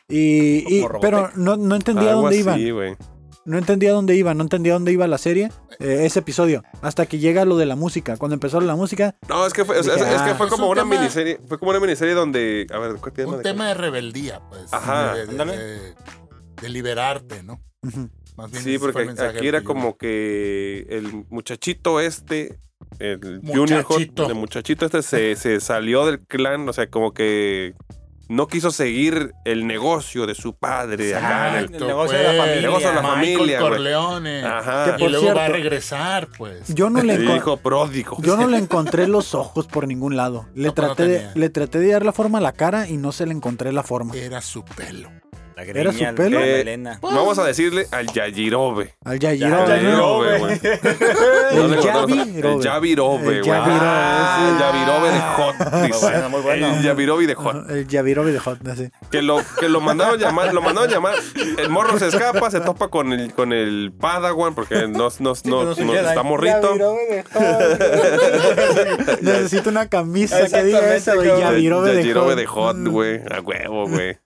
Speaker 3: Y, y-
Speaker 2: Como Robotech.
Speaker 3: pero no, no entendía
Speaker 1: Algo
Speaker 3: dónde
Speaker 1: así,
Speaker 3: iban,
Speaker 1: güey.
Speaker 3: no entendía dónde iban, no entendía dónde iba la serie, eh, ese episodio, hasta que llega lo de la música. Cuando empezó la música,
Speaker 1: No, es que fue, es-
Speaker 3: Dije,
Speaker 1: es- es que
Speaker 3: ah.
Speaker 1: fue
Speaker 4: Es
Speaker 1: como
Speaker 4: un
Speaker 1: una
Speaker 4: tema-
Speaker 1: miniserie. Fue como una miniserie donde. A ver, ¿cuál tema
Speaker 4: Un
Speaker 1: de-
Speaker 4: tema de rebeldía, pues.
Speaker 1: Ajá.
Speaker 4: De, de-
Speaker 2: Ándale.
Speaker 4: de- de liberarte, ¿no?
Speaker 3: ujú,
Speaker 4: Más bien
Speaker 1: Sí,
Speaker 4: ese fue el
Speaker 1: porque
Speaker 4: mensaje
Speaker 1: aquí era
Speaker 4: que yo-
Speaker 1: como que el muchachito este, el
Speaker 4: Muchachito.
Speaker 1: Junior Hot, el muchachito este se, se salió del clan, o sea, como que no quiso seguir el negocio de su padre. Acá en el-
Speaker 2: el
Speaker 4: Exacto, pues,
Speaker 2: negocio de la familia. El
Speaker 1: negocio de la
Speaker 4: Michael
Speaker 1: familia, güey.
Speaker 4: Corleone.
Speaker 1: Ajá.
Speaker 3: Que
Speaker 4: Y
Speaker 3: Por
Speaker 4: luego va a
Speaker 3: cierto.
Speaker 4: regresar, pues.
Speaker 3: yo no le,
Speaker 1: El
Speaker 3: enco-
Speaker 1: hijo pródigo.
Speaker 3: yo no le encontré los ojos por ningún lado. Le
Speaker 4: No, pero
Speaker 3: traté de,
Speaker 4: tenía.
Speaker 3: le traté de dar la forma a la cara y no se le encontré la forma.
Speaker 4: Era su pelo.
Speaker 2: La
Speaker 3: ¿Era su
Speaker 2: greña, la
Speaker 3: pelo?
Speaker 1: Eh,
Speaker 2: melena.
Speaker 1: Vamos a decirle al Yajirobe.
Speaker 3: Al
Speaker 2: Ya,
Speaker 3: Yajirobe.
Speaker 2: ya
Speaker 3: ¿no?
Speaker 2: llegó,
Speaker 1: Yajirobe,
Speaker 2: güey.
Speaker 1: No le
Speaker 3: El
Speaker 1: encontramos- El
Speaker 3: Yajirobe.
Speaker 1: Yajirobe,
Speaker 3: El
Speaker 1: güey.
Speaker 3: Yajirobe,
Speaker 1: Ah,
Speaker 3: sí. Ah,
Speaker 1: Yajirobe de Hot,
Speaker 2: Muy
Speaker 1: dice.
Speaker 2: bueno, muy bueno.
Speaker 1: El Yajirobe de Hot.
Speaker 3: Ajá, El Yajirobe de Hot, así.
Speaker 1: Que lo, que lo mandaron llamar, lo mandaron llamar. El morro se escapa, se topa con el, con el Padawan, porque nos, nos,
Speaker 2: pero
Speaker 1: no-
Speaker 2: no se
Speaker 1: no-
Speaker 2: queda
Speaker 1: está
Speaker 2: ahí.
Speaker 1: morrito.
Speaker 3: Necesito una camisa que diga
Speaker 2: Exactamente,
Speaker 3: eso de
Speaker 2: cabrón.
Speaker 3: Yajirobe de
Speaker 1: Yajirobe
Speaker 3: Hot.
Speaker 1: de Hot, güey. A huevo, güey.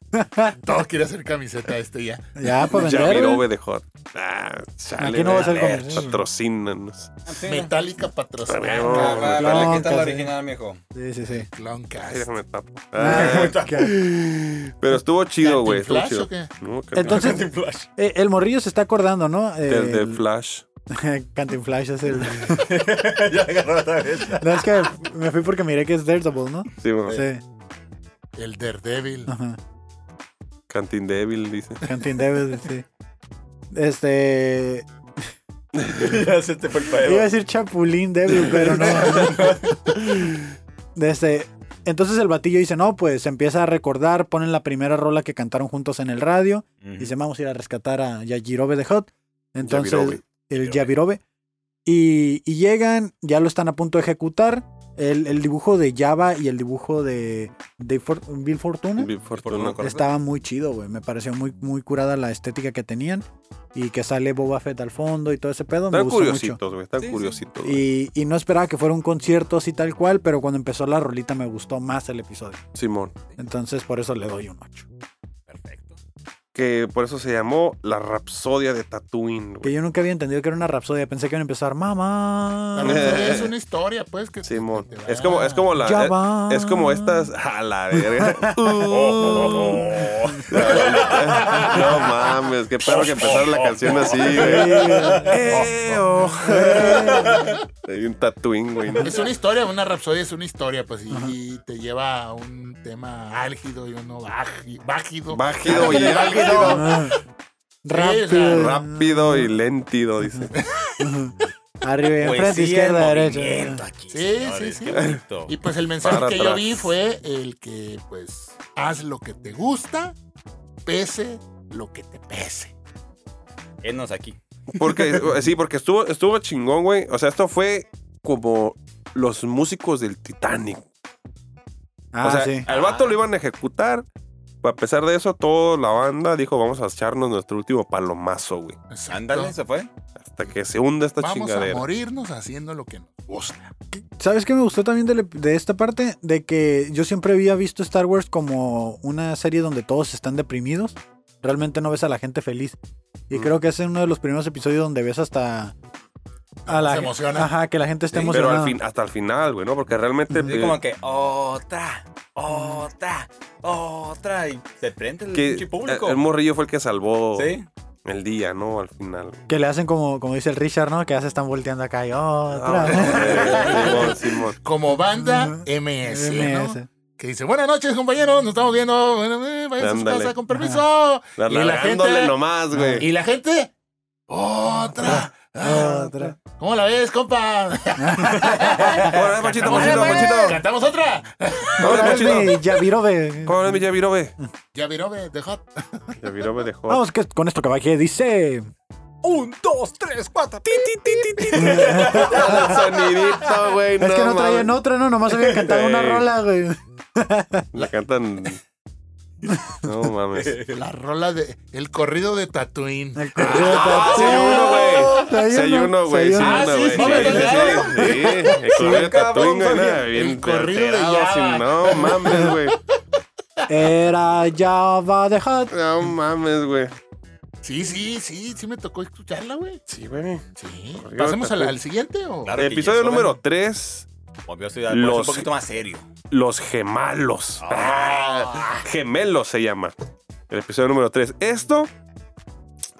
Speaker 4: Todo quiere hacer camiseta este ya.
Speaker 3: Ya, pues vender. güey.
Speaker 1: Yajirobe de Hot. Ah, chale,
Speaker 3: Aquí no va a ser
Speaker 1: güey.
Speaker 3: comercial.
Speaker 1: Patrocínanos.
Speaker 2: Ah,
Speaker 4: Metallica
Speaker 1: Huevo,
Speaker 4: patrocinada.
Speaker 1: güey.
Speaker 3: va. dale, ¿qué tal la original,
Speaker 2: original, mijo?
Speaker 3: Sí, sí, sí.
Speaker 1: Ay,
Speaker 4: Cloncast.
Speaker 1: déjame tapo. Ah,
Speaker 3: Ah, que-
Speaker 1: pero estuvo chido, güey. Estuvo
Speaker 4: ¿Flash
Speaker 1: chido.
Speaker 4: o qué?
Speaker 1: No, que no.
Speaker 3: Entonces, eh, el morrillo se está acordando, ¿no? Eh,
Speaker 1: Del de
Speaker 3: El-
Speaker 1: Flash.
Speaker 3: Cantin Flash es el.
Speaker 2: ya agarró otra vez.
Speaker 3: No, es que me fui porque miré que es Daredevil, ¿no?
Speaker 1: Sí, bueno.
Speaker 3: Sí.
Speaker 4: El Daredevil.
Speaker 3: Ajá.
Speaker 1: Cantin Devil, dice.
Speaker 3: Cantin Devil, sí. Este.
Speaker 2: ya se te fue el
Speaker 3: Iba a
Speaker 2: pedo.
Speaker 3: decir Chapulín Devil, pero no. De este. Entonces el batillo dice, no, pues empieza a recordar, ponen la primera rola que cantaron juntos en el radio. Dice, vamos a ir a rescatar a Yajirobe de Hot. Entonces,
Speaker 1: Yajirobe.
Speaker 3: el Yajirobe. Y, y llegan, ya lo están a punto de ejecutar. El, el dibujo de Java y el dibujo de, de For- Bill Fortuna
Speaker 1: Bill Fortuna.
Speaker 2: ¿Correcto?
Speaker 3: estaba muy chido, güey. Me pareció muy, muy curada la estética que tenían. Y que sale Boba Fett al fondo y todo ese pedo. me
Speaker 1: Están
Speaker 3: gustó mucho.
Speaker 1: curiositos, güey. Están
Speaker 2: Sí, sí.
Speaker 1: curiositos. güey.
Speaker 3: Y, y no esperaba que fuera un concierto así tal cual, pero cuando empezó la rolita me gustó más el episodio.
Speaker 1: Simón.
Speaker 3: Entonces por eso le doy un 8.
Speaker 2: Perfecto.
Speaker 1: que por eso se llamó la Rapsodia de Tatooine,
Speaker 3: Que
Speaker 1: güey.
Speaker 3: yo nunca había entendido que era una rapsodia. Pensé que iban a empezar, mamá.
Speaker 4: La verdad es una historia, pues. Que
Speaker 1: Simón.
Speaker 4: que te va.
Speaker 1: Es como, es como la.
Speaker 3: Ya
Speaker 1: eh,
Speaker 3: va.
Speaker 1: Es como estas. A la verga. Uh. no mames, qué perro que empezar la canción así, güey. Eh, oh. Hay un Tatooine, güey. ¿no?
Speaker 4: Es una historia, una rapsodia es una historia, pues, y, y te lleva a un tema álgido y uno baji- bájido.
Speaker 1: Bájido y álgido.
Speaker 3: Ah.
Speaker 4: Sí,
Speaker 3: Rápido.
Speaker 1: Rápido y lentido, dice.
Speaker 3: Arriba, y enfrente, izquierda, derecha.
Speaker 2: Aquí,
Speaker 4: Sí,
Speaker 2: señores,
Speaker 4: sí, sí.
Speaker 2: qué bonito.
Speaker 4: Y pues el mensaje
Speaker 1: Para
Speaker 4: que yo
Speaker 1: atrás.
Speaker 4: vi fue el que, pues, haz lo que te gusta, pese lo que te pese.
Speaker 2: Enos aquí.
Speaker 1: Porque, sí, porque estuvo, estuvo chingón, güey. O sea, esto fue como los músicos del Titanic.
Speaker 3: Ah,
Speaker 1: o sea,
Speaker 3: sí.
Speaker 1: al vato lo iban a ejecutar. A pesar de eso, toda la banda dijo, vamos a echarnos nuestro último palomazo, güey.
Speaker 4: Exacto.
Speaker 2: Ándale, se fue.
Speaker 1: Hasta que se hunda esta
Speaker 4: Vamos a
Speaker 1: chingadera.
Speaker 4: morirnos haciendo lo que nos gusta.
Speaker 3: ¿Sabes qué me gustó también del ep- de, esta parte? De que yo siempre había visto Star Wars como una serie donde todos están deprimidos. Realmente no ves a la gente feliz. Y
Speaker 1: Mm.
Speaker 3: creo que es en uno de los primeros episodios donde ves hasta... A la,
Speaker 4: Se emociona.
Speaker 3: Ajá, que la gente está
Speaker 1: Pero
Speaker 3: emocionada.
Speaker 1: al fin, hasta el final, güey, ¿no? Porque realmente...
Speaker 2: Así
Speaker 1: eh,
Speaker 2: como que otra, otra, otra. Y se prende el
Speaker 1: que eh,
Speaker 2: pinche público.
Speaker 1: el morrillo fue el que salvó
Speaker 2: sí.
Speaker 1: el día, ¿no? Al final.
Speaker 3: Que le hacen como, como dice el Richard, ¿no? Que ya se están volteando acá y "Oh, otra.
Speaker 1: Ah, Simón, Simón.
Speaker 4: Como banda
Speaker 3: Ujú.
Speaker 4: MS, ¿no?
Speaker 3: MS.
Speaker 4: Que dice, buenas noches, compañeros, nos estamos viendo. Bueno, eh, vayan a su
Speaker 1: Ándale.
Speaker 4: casa, con permiso. Y la
Speaker 1: Largándole
Speaker 4: gente-
Speaker 1: nomás, güey.
Speaker 4: Y la gente, otra. ah,
Speaker 3: Otra.
Speaker 4: ¿Cómo la ves, compa?
Speaker 1: Ahora, Pachito, Pachito,
Speaker 4: Órale,
Speaker 1: Pachito.
Speaker 4: pues, ¿Cantamos otra?
Speaker 1: Ahora,
Speaker 3: Ahora es
Speaker 1: Pachito.
Speaker 3: mi Yavirobe.
Speaker 1: ¿Cómo es mi Yavirobe?
Speaker 4: Ya viró, ve, de hot.
Speaker 1: Yavirobe dejó.
Speaker 3: Vamos que con esto que bajé dice...
Speaker 2: Un, dos, tres, cuatro. Ti, ti, ti, ti, ti, ti.
Speaker 1: El sonidito, güey.
Speaker 3: Es que no traían
Speaker 1: mames.
Speaker 3: otra, ¿no? Nomás habían cantado una
Speaker 1: Sí.
Speaker 3: rola, güey.
Speaker 1: La cantan... No mames.
Speaker 4: La rola de. El corrido de Tatooine.
Speaker 3: El corrido de
Speaker 1: Ah, sí hay uno, güey.
Speaker 3: Tatú.
Speaker 1: Sí hay uno, güey.
Speaker 3: Sí
Speaker 1: Sí
Speaker 3: hay uno.
Speaker 1: hay uno, güey. Sí, sí, sí. Sí, El corrido
Speaker 4: Ah, sí, sí,
Speaker 1: de Tatooine, güey. nada, Bien
Speaker 4: El corrido de
Speaker 1: alterado,
Speaker 4: Java.
Speaker 1: así, No mames, güey.
Speaker 3: Era Java de Hot.
Speaker 1: No mames, güey.
Speaker 4: Sí, sí, sí, sí me tocó escucharla, güey.
Speaker 1: Sí, güey.
Speaker 4: Sí.
Speaker 1: Corrido de
Speaker 4: ¿Pasemos al,
Speaker 1: Tatooine.
Speaker 4: al siguiente o?
Speaker 2: Claro.
Speaker 1: Episodio
Speaker 2: Eso, güey.
Speaker 1: número 3.
Speaker 2: Movió su idea,
Speaker 1: Los-
Speaker 2: puso un poquito más serio.
Speaker 1: Los gemalos. Ah, Gemelos se llama. El episodio número 3. Esto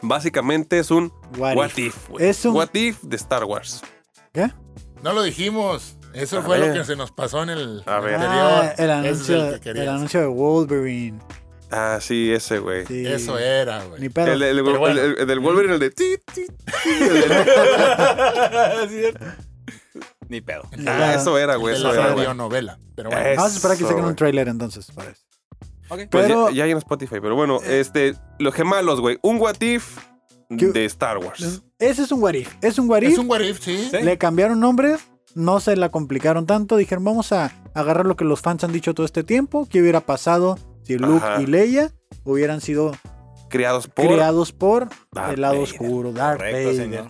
Speaker 1: básicamente es un
Speaker 3: What
Speaker 1: What
Speaker 3: if.
Speaker 1: If, güey.
Speaker 3: Es un-
Speaker 1: What If de Star Wars.
Speaker 3: ¿Qué?
Speaker 4: No lo dijimos. Eso
Speaker 1: A
Speaker 4: fue
Speaker 1: ver.
Speaker 4: lo que se nos pasó en el
Speaker 1: A ver.
Speaker 3: Ah,
Speaker 4: anterior.
Speaker 3: el
Speaker 4: Ese es
Speaker 3: anuncio,
Speaker 4: el que querías.
Speaker 3: el anuncio de Wolverine.
Speaker 1: Ah, sí, ese, güey.
Speaker 3: Sí.
Speaker 4: Eso era,
Speaker 3: Ni
Speaker 4: güey.
Speaker 3: pedo.
Speaker 1: el, el- el-
Speaker 4: pero bueno.
Speaker 1: el- el del Wolverine, el de... ti, ti, ti, el de-
Speaker 2: ¿Cierto? Ni pedo.
Speaker 1: Ah, eso era, güey.
Speaker 4: De
Speaker 1: Eso
Speaker 4: la
Speaker 1: era, güey.
Speaker 4: radionovela. Pero bueno.
Speaker 1: Eh,
Speaker 3: Vamos a esperar a que
Speaker 1: eso,
Speaker 3: saquen un
Speaker 1: güey.
Speaker 3: trailer entonces. parece.
Speaker 2: Ok.
Speaker 1: Pues
Speaker 3: Pero- Eh.
Speaker 1: ya, ya hay en Spotify, pero bueno, este, los gemalos, güey. Un What If
Speaker 3: ¿Qué- ¿Eh?
Speaker 1: de Star Wars.
Speaker 3: Ese es un what if. Es un what
Speaker 4: Es
Speaker 3: if.
Speaker 4: un what if, sí.
Speaker 2: Sí.
Speaker 3: Le cambiaron nombres. No se la complicaron tanto. Dijeron, vamos a agarrar lo que los fans han dicho todo este tiempo. ¿Qué hubiera pasado si Luke
Speaker 1: Ajá.
Speaker 3: y Leia hubieran sido
Speaker 1: Creados por.
Speaker 3: creados por
Speaker 1: Darth
Speaker 3: el lado
Speaker 1: Vader.
Speaker 3: oscuro, Darth
Speaker 2: Correcto,
Speaker 3: Vader.
Speaker 2: señor.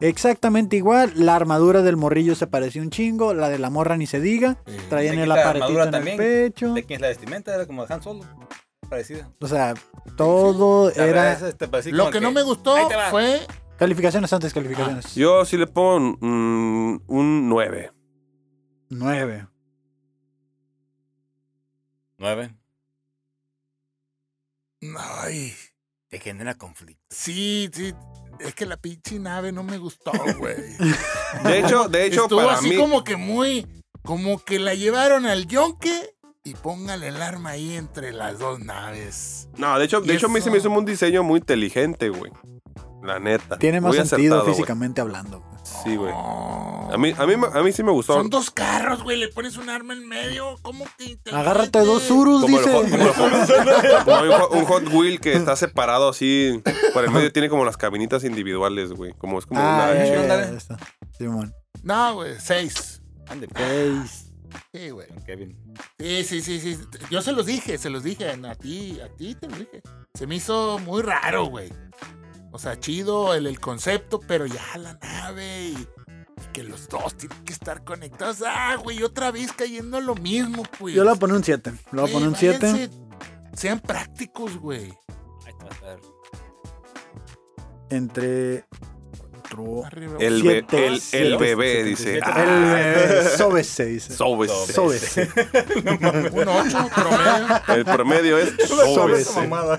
Speaker 3: Exactamente igual. La armadura del morrillo se parecía un chingo. La de la morra ni se diga.
Speaker 4: Sí.
Speaker 3: Traían
Speaker 2: Aquí
Speaker 3: el
Speaker 2: la
Speaker 3: aparatito
Speaker 2: armadura
Speaker 3: en el
Speaker 2: también.
Speaker 3: pecho.
Speaker 2: ¿De quién es la vestimenta? Era como de Han Solo. Parecida.
Speaker 3: O sea, todo era.
Speaker 2: este,
Speaker 4: Lo que no me gustó
Speaker 2: Ahí te va.
Speaker 4: fue
Speaker 3: Calificaciones antes, calificaciones.
Speaker 1: Ah, Yo sí le pongo mm, un 9.
Speaker 3: Nueve.
Speaker 2: Nueve.
Speaker 4: Ay,
Speaker 2: Te genera conflicto.
Speaker 4: sí, sí. Es que la pinche nave no me gustó, güey.
Speaker 1: De hecho, de hecho,
Speaker 4: Estuvo
Speaker 1: para
Speaker 4: así
Speaker 1: mí.
Speaker 4: como que muy. Como que la llevaron al yonque y póngale el arma ahí entre las dos naves.
Speaker 1: No, de hecho, de
Speaker 4: Y
Speaker 1: hecho a mí se
Speaker 4: eso-
Speaker 1: me hizo un diseño muy inteligente, güey. La neta.
Speaker 3: Tiene más
Speaker 1: Muy
Speaker 3: sentido
Speaker 1: acertado, güey.
Speaker 3: físicamente hablando.
Speaker 1: Sí, güey.
Speaker 4: No.
Speaker 1: A mí, a, mí, a mí sí me gustó.
Speaker 4: Son dos carros, güey. Le pones un arma en medio. ¿Cómo que inteligente?
Speaker 3: Agárrate dos surus,
Speaker 1: Como, el
Speaker 3: dice.
Speaker 1: hot- como el hot- como hay un hot- un Hot Wheel que está separado así por el medio, tiene como las cabinitas individuales, güey. Como es como
Speaker 3: Ah,
Speaker 1: una.
Speaker 3: ya,
Speaker 2: H.
Speaker 3: ya,
Speaker 2: Ándale.
Speaker 3: ya está. Simón.
Speaker 4: No, güey. Seis.
Speaker 2: Ande, pues,
Speaker 3: Eh. Seis.
Speaker 4: Sí, güey.
Speaker 2: Kevin.
Speaker 4: Sí, sí, sí, sí. Yo se los dije, se los dije a ti, a ti te lo dije. Se me hizo muy raro, güey. O sea, chido el, el concepto, pero ya la nave y, y que los dos tienen que estar conectados. Ah, güey, otra vez cayendo en lo mismo, pues.
Speaker 3: Yo le voy a poner un 7. Le voy a
Speaker 4: Güey,
Speaker 3: poner un 7.
Speaker 4: váyanse, Sean prácticos, güey.
Speaker 2: Ahí te va a estar.
Speaker 3: Entre. otro-
Speaker 4: Arriba.
Speaker 1: El, be-
Speaker 3: Siete,
Speaker 1: el- el
Speaker 3: siete,
Speaker 1: bebé,
Speaker 2: siete,
Speaker 1: dice.
Speaker 2: siete.
Speaker 1: Ah,
Speaker 3: El bebé. Sóbese, dice.
Speaker 1: sobes.
Speaker 3: Sóbese.
Speaker 4: Un ocho promedio.
Speaker 1: El promedio es
Speaker 3: Sobes.
Speaker 1: sobes.
Speaker 3: esa mamada.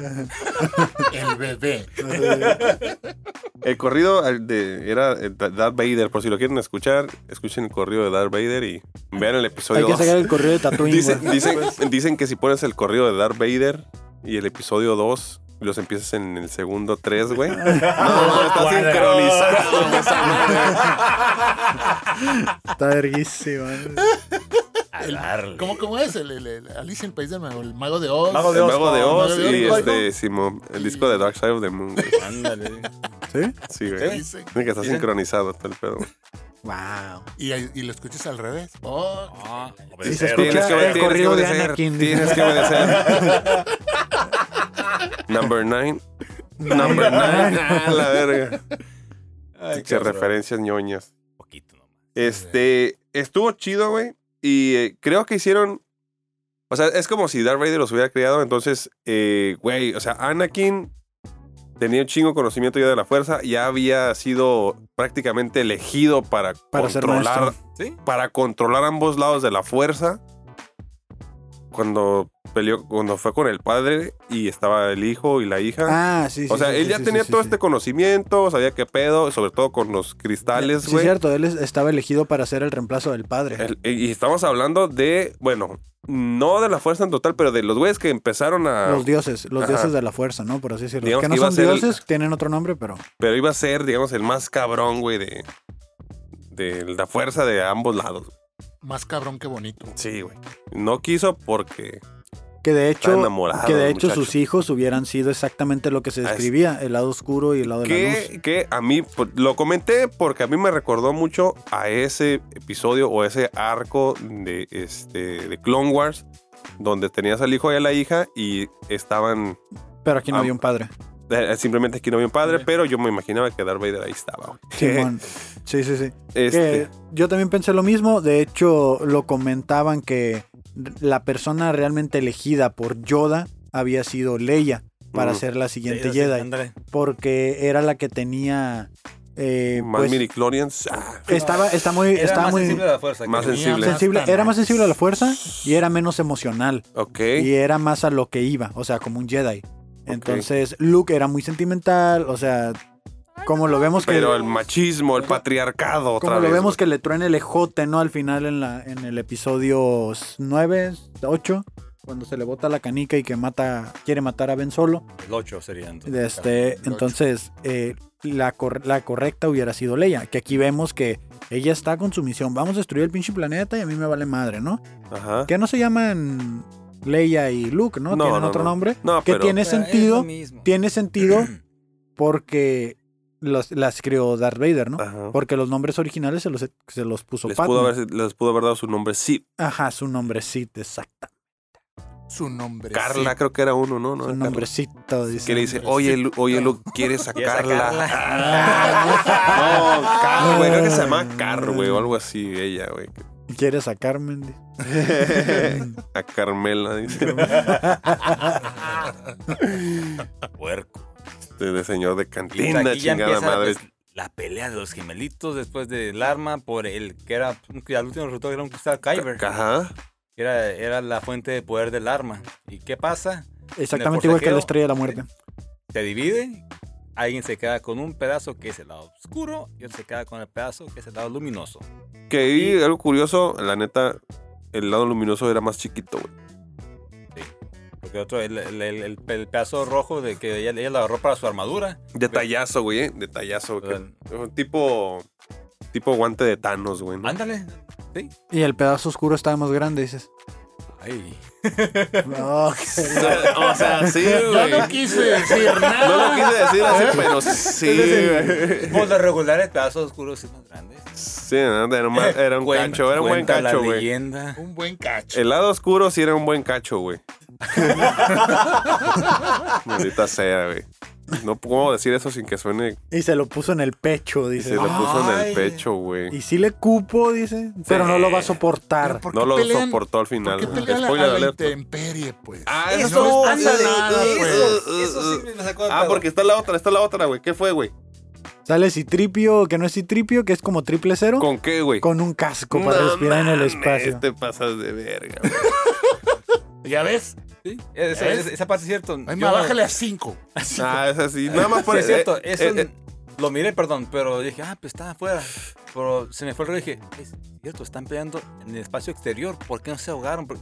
Speaker 4: El bebé.
Speaker 1: El corrido al de, era el da- Darth Vader. Por si lo quieren escuchar, escuchen el corrido de Darth Vader y vean el
Speaker 3: Hay
Speaker 1: episodio
Speaker 3: que
Speaker 1: 2.
Speaker 3: sacar el correo de Tatooine.
Speaker 1: Dicen,
Speaker 3: güey.
Speaker 1: dicen- dicen que si pones el corrido de Darth Vader y el episodio 2 y los empiezas en el segundo 3, güey. No, no, está
Speaker 2: Cuadra.
Speaker 1: sincronizado. güey, esa madre.
Speaker 3: Está verguísima.
Speaker 2: A darle.
Speaker 4: ¿Cómo, cómo es? El, el- el- Alicia, el país del mago, el mago de Oz.
Speaker 2: Mago
Speaker 1: El mago Oh, de Oz
Speaker 4: Mago de
Speaker 1: y
Speaker 4: Oz.
Speaker 1: este, Simón, el disco de Dark Side of the Moon, güey.
Speaker 2: Ándale.
Speaker 3: ¿Sí?
Speaker 1: Sí, güey.
Speaker 2: Sí.
Speaker 4: Dicen.
Speaker 1: Dicen que está
Speaker 2: Dicen-
Speaker 1: sincronizado todo el pedo. güey.
Speaker 3: Wow.
Speaker 4: Y, y lo escuchas al revés. Oh,
Speaker 2: Ah,
Speaker 3: Sí, se
Speaker 2: obedecer.
Speaker 1: Tienes
Speaker 3: escucha.
Speaker 1: que,
Speaker 3: el
Speaker 1: tienes que
Speaker 3: corrido de
Speaker 1: obedecer.
Speaker 3: Anakin.
Speaker 1: Tienes que obedecer. Number 9. Number 9. la verga.
Speaker 2: Ay,
Speaker 1: Qué
Speaker 2: cabrón.
Speaker 1: referencias ñoñas.
Speaker 2: Poquito nomás.
Speaker 1: Este, estuvo chido, güey. Y eh, creo que hicieron. O sea, es como si Darth Vader los hubiera creado. Entonces, eh, güey, o sea, Anakin tenía un chingo conocimiento ya de la fuerza. Ya había sido prácticamente elegido para,
Speaker 3: Para ser
Speaker 1: controlar,
Speaker 2: ¿Sí?
Speaker 1: para controlar ambos lados de la fuerza. Cuando peleó, cuando fue con el padre y estaba el hijo y la hija.
Speaker 3: Ah, sí, sí.
Speaker 1: o sea,
Speaker 3: sí,
Speaker 1: él
Speaker 3: sí,
Speaker 1: ya
Speaker 3: sí,
Speaker 1: tenía
Speaker 3: sí,
Speaker 1: todo
Speaker 3: sí.
Speaker 1: este conocimiento, sabía qué pedo, sobre todo con los cristales,
Speaker 3: Sí,
Speaker 1: güey.
Speaker 3: cierto. Él es- estaba elegido para ser el reemplazo del padre.
Speaker 1: El- y estamos hablando de, bueno, no de la fuerza en total, pero de los güeyes que empezaron a...
Speaker 3: Los dioses, los
Speaker 1: ah, Ajá.
Speaker 3: dioses de la fuerza, ¿no? Por así decirlo.
Speaker 1: Digamos
Speaker 3: que no
Speaker 1: que iba
Speaker 3: son
Speaker 1: a ser el-
Speaker 3: dioses, tienen otro nombre, pero.
Speaker 1: Pero iba a ser, digamos, el más cabrón, güey, de, de la fuerza de ambos lados.
Speaker 4: más cabrón que bonito.
Speaker 1: Sí, güey. No quiso porque...
Speaker 3: Que de
Speaker 1: Está
Speaker 3: hecho,
Speaker 1: enamorado
Speaker 3: que de
Speaker 1: del
Speaker 3: hecho
Speaker 1: muchacho.
Speaker 3: sus hijos hubieran sido exactamente lo que se
Speaker 1: Ah, es-
Speaker 3: describía, el lado oscuro y el lado de la luz.
Speaker 1: Que, que a mí, pues, lo comenté porque a mí me recordó mucho a ese episodio o ese arco de, este, de Clone Wars, donde tenías al hijo y a la hija y estaban...
Speaker 3: Pero aquí no
Speaker 1: Ah.
Speaker 3: había un padre.
Speaker 1: eh, Simplemente aquí no había un padre,
Speaker 2: Ok.
Speaker 1: pero yo me imaginaba que Darth Vader ahí estaba, güey.
Speaker 3: Simón. Sí, sí, sí.
Speaker 1: Este,
Speaker 3: Que yo también pensé lo mismo. De hecho, lo comentaban que la persona realmente elegida por Yoda había sido Leia para
Speaker 1: Mm.
Speaker 3: ser la siguiente
Speaker 2: Sí, sí,
Speaker 3: Jedi.
Speaker 2: ándale.
Speaker 3: Porque era la que tenía. eh,
Speaker 1: Mal
Speaker 3: pues,
Speaker 1: midichlorians. Ah,
Speaker 3: estaba, está muy,
Speaker 2: Era
Speaker 3: está
Speaker 2: más
Speaker 3: muy
Speaker 2: sensible a la fuerza.
Speaker 1: Más
Speaker 2: que-
Speaker 1: sensible.
Speaker 4: Tenía
Speaker 3: sensible.
Speaker 4: hasta
Speaker 3: Era más
Speaker 4: nariz.
Speaker 3: sensible a la fuerza y era menos emocional.
Speaker 1: ok.
Speaker 3: y era más a lo que iba, o sea, como un Jedi. Entonces, Luke era muy sentimental, o sea, como lo vemos que
Speaker 1: Pero el machismo, el patriarcado, otra
Speaker 3: como lo
Speaker 1: vez,
Speaker 3: vemos
Speaker 1: güey.
Speaker 3: que le truena el ejote, ¿no? Al final en la en el episodio 9, 8, cuando se le bota la canica y que mata quiere matar a Ben Solo.
Speaker 2: El 8 sería entonces.
Speaker 3: De este,
Speaker 4: ocho.
Speaker 3: entonces, eh, la, cor- la correcta hubiera sido Leia, que aquí vemos que ella está con su misión, vamos a destruir el pinche planeta y a mí me vale madre, ¿no?
Speaker 1: Ajá.
Speaker 3: Que no se llaman Leia y Luke, ¿no?
Speaker 1: No,
Speaker 3: Tienen
Speaker 1: no,
Speaker 3: otro
Speaker 1: no.
Speaker 3: nombre.
Speaker 1: No,
Speaker 3: que
Speaker 1: pero-
Speaker 3: tiene
Speaker 5: Pero es lo
Speaker 3: sentido.
Speaker 5: mismo.
Speaker 3: Tiene sentido porque los- las creó Darth Vader, ¿no?
Speaker 1: Ajá.
Speaker 3: Porque los nombres originales se los, se los puso
Speaker 1: Les
Speaker 3: Padme.
Speaker 1: pudo, haber, les pudo haber dado su nombre. Sí,
Speaker 3: Ajá, su nombrecito, exacto.
Speaker 4: Su
Speaker 2: Pues
Speaker 4: nombre.
Speaker 1: Carla, creo que era uno, ¿no? no
Speaker 3: Su
Speaker 1: Carla.
Speaker 3: nombrecito,
Speaker 1: Que
Speaker 3: dice.
Speaker 1: le dice, oye, Lu- oye, Luke, ¿quieres a
Speaker 5: ¿Quieres
Speaker 1: Carla?
Speaker 5: sacarla?
Speaker 1: No, Car, güey. Creo que se llama Car, güey, o algo así, ella, güey.
Speaker 3: "Oh, ¿Quieres a Carmen? Dice.
Speaker 1: A Carmela, dice.
Speaker 2: Puerco.
Speaker 1: este, De, de señor de
Speaker 2: Y
Speaker 1: cantina,
Speaker 2: aquí ya
Speaker 1: chingada
Speaker 2: empieza
Speaker 1: madre.
Speaker 2: pues, la pelea de los gemelitos después del arma por el que era, que al último resultado era un cristal Kyber.
Speaker 1: Ajá.
Speaker 2: que Era, era la fuente de poder del arma. ¿Y qué pasa?
Speaker 3: Exactamente igual que
Speaker 2: forcejeo.
Speaker 3: la estrella de la muerte.
Speaker 2: Se divide, alguien se queda con un pedazo que es el lado oscuro y otro se queda con el pedazo que es el lado luminoso.
Speaker 1: Que ahí, algo curioso, la neta, el lado luminoso era más chiquito, güey.
Speaker 2: Porque otro, el, el- el- el- el pedazo rojo de que ella, ella lo agarró para su armadura.
Speaker 1: Detallazo, güey, eh. Detallazo. güey.
Speaker 2: Perdón.
Speaker 1: Un Tipo. Tipo guante de Thanos, güey. ¿no?
Speaker 2: Ándale. Sí.
Speaker 3: Y el pedazo oscuro estaba más grande, dices.
Speaker 2: Ay.
Speaker 3: No,
Speaker 1: O sea, sí,
Speaker 4: Yo
Speaker 1: güey.
Speaker 4: no quise decir nada.
Speaker 1: No lo quise decir así, pero sí, güey.
Speaker 2: Por lo regular, el pedazo oscuro es el más grande.
Speaker 1: Sí, no, era un, era un
Speaker 2: Cuen-
Speaker 1: cacho, era un buen
Speaker 2: cuenta
Speaker 1: cacho,
Speaker 2: la
Speaker 1: güey.
Speaker 2: leyenda.
Speaker 4: Un buen cacho.
Speaker 1: El lado oscuro sí era un buen cacho, güey. Maldita sea, güey. No puedo decir eso sin que suene
Speaker 3: y se lo puso en el pecho,
Speaker 1: y
Speaker 3: dice.
Speaker 1: se lo
Speaker 3: Ah,
Speaker 1: puso en
Speaker 4: Ay.
Speaker 1: el pecho, güey.
Speaker 3: Y sí le cupo, dice, pero no lo va a soportar.
Speaker 4: ¿Por qué
Speaker 1: No lo
Speaker 4: pelean-
Speaker 1: soportó al
Speaker 4: ¿Por
Speaker 1: final.
Speaker 4: qué pelean a
Speaker 1: Spoiler
Speaker 4: la
Speaker 1: alert.
Speaker 4: intemperie, pues?
Speaker 1: Ah,
Speaker 4: Eso,
Speaker 1: eso no
Speaker 4: ándale,
Speaker 1: pasa nada,
Speaker 4: eso,
Speaker 1: güey.
Speaker 5: eso sí me sacó de
Speaker 1: Ah,
Speaker 5: pedo.
Speaker 1: porque está la otra, está la otra, güey. ¿Qué fue, güey?
Speaker 3: Sale Citripio, que no es Citripio, que es como triple cero,
Speaker 1: ¿Con
Speaker 3: con,
Speaker 1: qué, güey?
Speaker 3: un casco para
Speaker 1: No
Speaker 3: respirar en el
Speaker 1: mames,
Speaker 3: espacio.
Speaker 1: Te pasas de verga, güey.
Speaker 4: ¿Ya ves?
Speaker 2: Sí,
Speaker 5: Eh,
Speaker 2: esa,
Speaker 4: ¿Es?
Speaker 2: esa- esa parte es cierto.
Speaker 4: Ay,
Speaker 2: Yo-
Speaker 4: ma, bájale a cinco.
Speaker 1: Ah, es así. Nada más por
Speaker 2: Sí, es cierto,
Speaker 1: eh,
Speaker 2: eso
Speaker 1: eh, eh,
Speaker 2: lo miré, perdón, pero dije, ah, pues está afuera. Pero se me fue el rollo y dije, es cierto, están peleando en el espacio exterior, ¿por qué no se ahogaron? Por-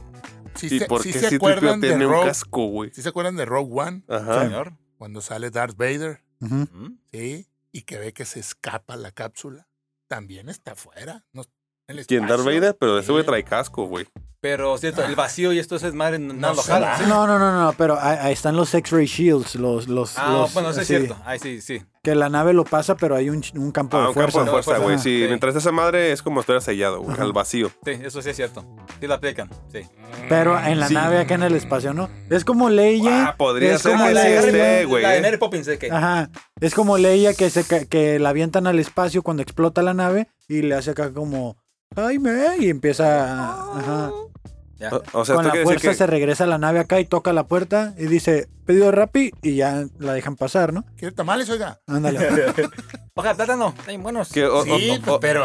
Speaker 4: Si
Speaker 1: ¿Y
Speaker 4: se,
Speaker 1: por
Speaker 4: si
Speaker 1: qué
Speaker 4: se
Speaker 1: Citripio
Speaker 4: acuerdan de
Speaker 1: tiene un
Speaker 4: Rogue,
Speaker 1: casco, güey?
Speaker 4: ¿sí se acuerdan de Rogue One,
Speaker 1: Ajá.
Speaker 2: Señor.
Speaker 4: cuando sale Darth Vader,
Speaker 3: Ujú.
Speaker 2: ¿Mm?
Speaker 4: ¿sí? Y que ve que se escapa la cápsula, también está afuera. No, está en el
Speaker 1: ¿Quién Darth
Speaker 4: espacio.
Speaker 1: Vader? Pero ese güey
Speaker 4: Sí.
Speaker 1: trae casco, güey.
Speaker 2: Pero cierto, el vacío y esto es madre, no,
Speaker 4: No
Speaker 2: lo
Speaker 4: se
Speaker 2: jalan.
Speaker 4: va.
Speaker 2: ¿sí?
Speaker 3: No, no, no, no, pero ahí, ahí están los X-ray shields, los, los,
Speaker 2: Ah,
Speaker 3: los-
Speaker 2: bueno, eso es
Speaker 3: sí,
Speaker 2: cierto. Ay, sí, sí.
Speaker 3: que la nave lo pasa, pero hay un, ch- un campo
Speaker 1: Ah,
Speaker 3: de
Speaker 1: un
Speaker 3: fuerza.
Speaker 1: campo de fuerza, güey.
Speaker 3: Ajá.
Speaker 1: Sí,
Speaker 2: Sí.
Speaker 1: mientras esa madre es como estuviera sellado, güey, al vacío.
Speaker 2: Sí, eso sí es cierto. Sí la aplican, sí.
Speaker 3: Pero en la
Speaker 1: Mm, Sí.
Speaker 3: nave acá en el espacio, ¿no? Es como Leia.
Speaker 1: Ah, podría
Speaker 3: es
Speaker 1: ser
Speaker 3: como
Speaker 1: que
Speaker 3: la
Speaker 1: sí
Speaker 3: de Harry
Speaker 1: esté,
Speaker 2: la
Speaker 1: güey.
Speaker 2: de
Speaker 1: eh.
Speaker 2: Mary Poppins, ¿eh? que
Speaker 3: Ajá. Es como Leia que se ca- que la avientan al espacio cuando explota la nave y le hace acá como ay me y empieza a- ajá.
Speaker 2: ya.
Speaker 1: O o sea, esto
Speaker 3: con la
Speaker 1: quiere
Speaker 3: fuerza
Speaker 1: decir
Speaker 3: se
Speaker 1: que.
Speaker 3: regresa a la nave acá y toca la puerta y dice pedido de Rappi y ya la dejan pasar, ¿no?
Speaker 4: ¿Quiere tamales, oiga?
Speaker 3: Ándale.
Speaker 2: Ojalá, plátano, está bien buenos. pues,
Speaker 1: que o- o-
Speaker 4: sí,
Speaker 1: o-
Speaker 4: pero...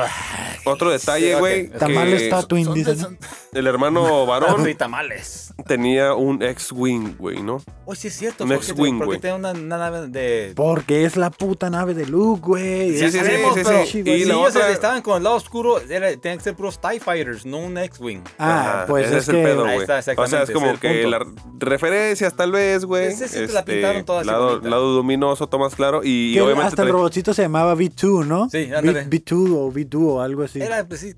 Speaker 1: otro
Speaker 2: Sí,
Speaker 1: detalle,
Speaker 2: ok.
Speaker 1: güey.
Speaker 3: Tamal
Speaker 1: que
Speaker 3: está tu
Speaker 4: son de-
Speaker 3: índice.
Speaker 4: son-
Speaker 1: El hermano varón
Speaker 2: Y tamales.
Speaker 1: tenía un X-Wing, güey, ¿no?
Speaker 2: Oye, sí es cierto.
Speaker 1: Un
Speaker 2: ¿por qué te-
Speaker 1: X-Wing,
Speaker 2: ¿Por qué
Speaker 1: güey.
Speaker 2: tiene una, una nave de...?
Speaker 3: Porque es la puta nave de Luke, güey.
Speaker 1: Sí,
Speaker 3: Es-
Speaker 1: sí, sí,
Speaker 2: sabemos,
Speaker 1: sí,
Speaker 2: pero-
Speaker 1: sí.
Speaker 3: Sí,
Speaker 1: Y
Speaker 2: si
Speaker 1: la
Speaker 2: ellos
Speaker 1: otra.
Speaker 2: estaban con el lado oscuro, era, tenían que ser puros TIE Fighters, no un X-Wing.
Speaker 3: Ah,
Speaker 1: Ajá,
Speaker 3: pues
Speaker 1: ese
Speaker 3: es, que
Speaker 1: el pedo,
Speaker 2: Ahí
Speaker 1: güey.
Speaker 2: está,
Speaker 1: O sea, es
Speaker 2: exactamente,
Speaker 1: como
Speaker 2: ese es
Speaker 1: que
Speaker 2: el
Speaker 1: las referencias tal vez, güey. este,
Speaker 2: Ese sí te la pintaron toda así
Speaker 1: lado,
Speaker 2: bonita.
Speaker 1: lado luminoso, Tomás Claro. Y
Speaker 3: que
Speaker 1: obviamente
Speaker 3: hasta el
Speaker 1: trae-
Speaker 3: robotcito se llamaba V2, ¿no?
Speaker 2: Sí, ándale.
Speaker 3: V- V2 o V2 o algo así.
Speaker 2: Era, pues sí,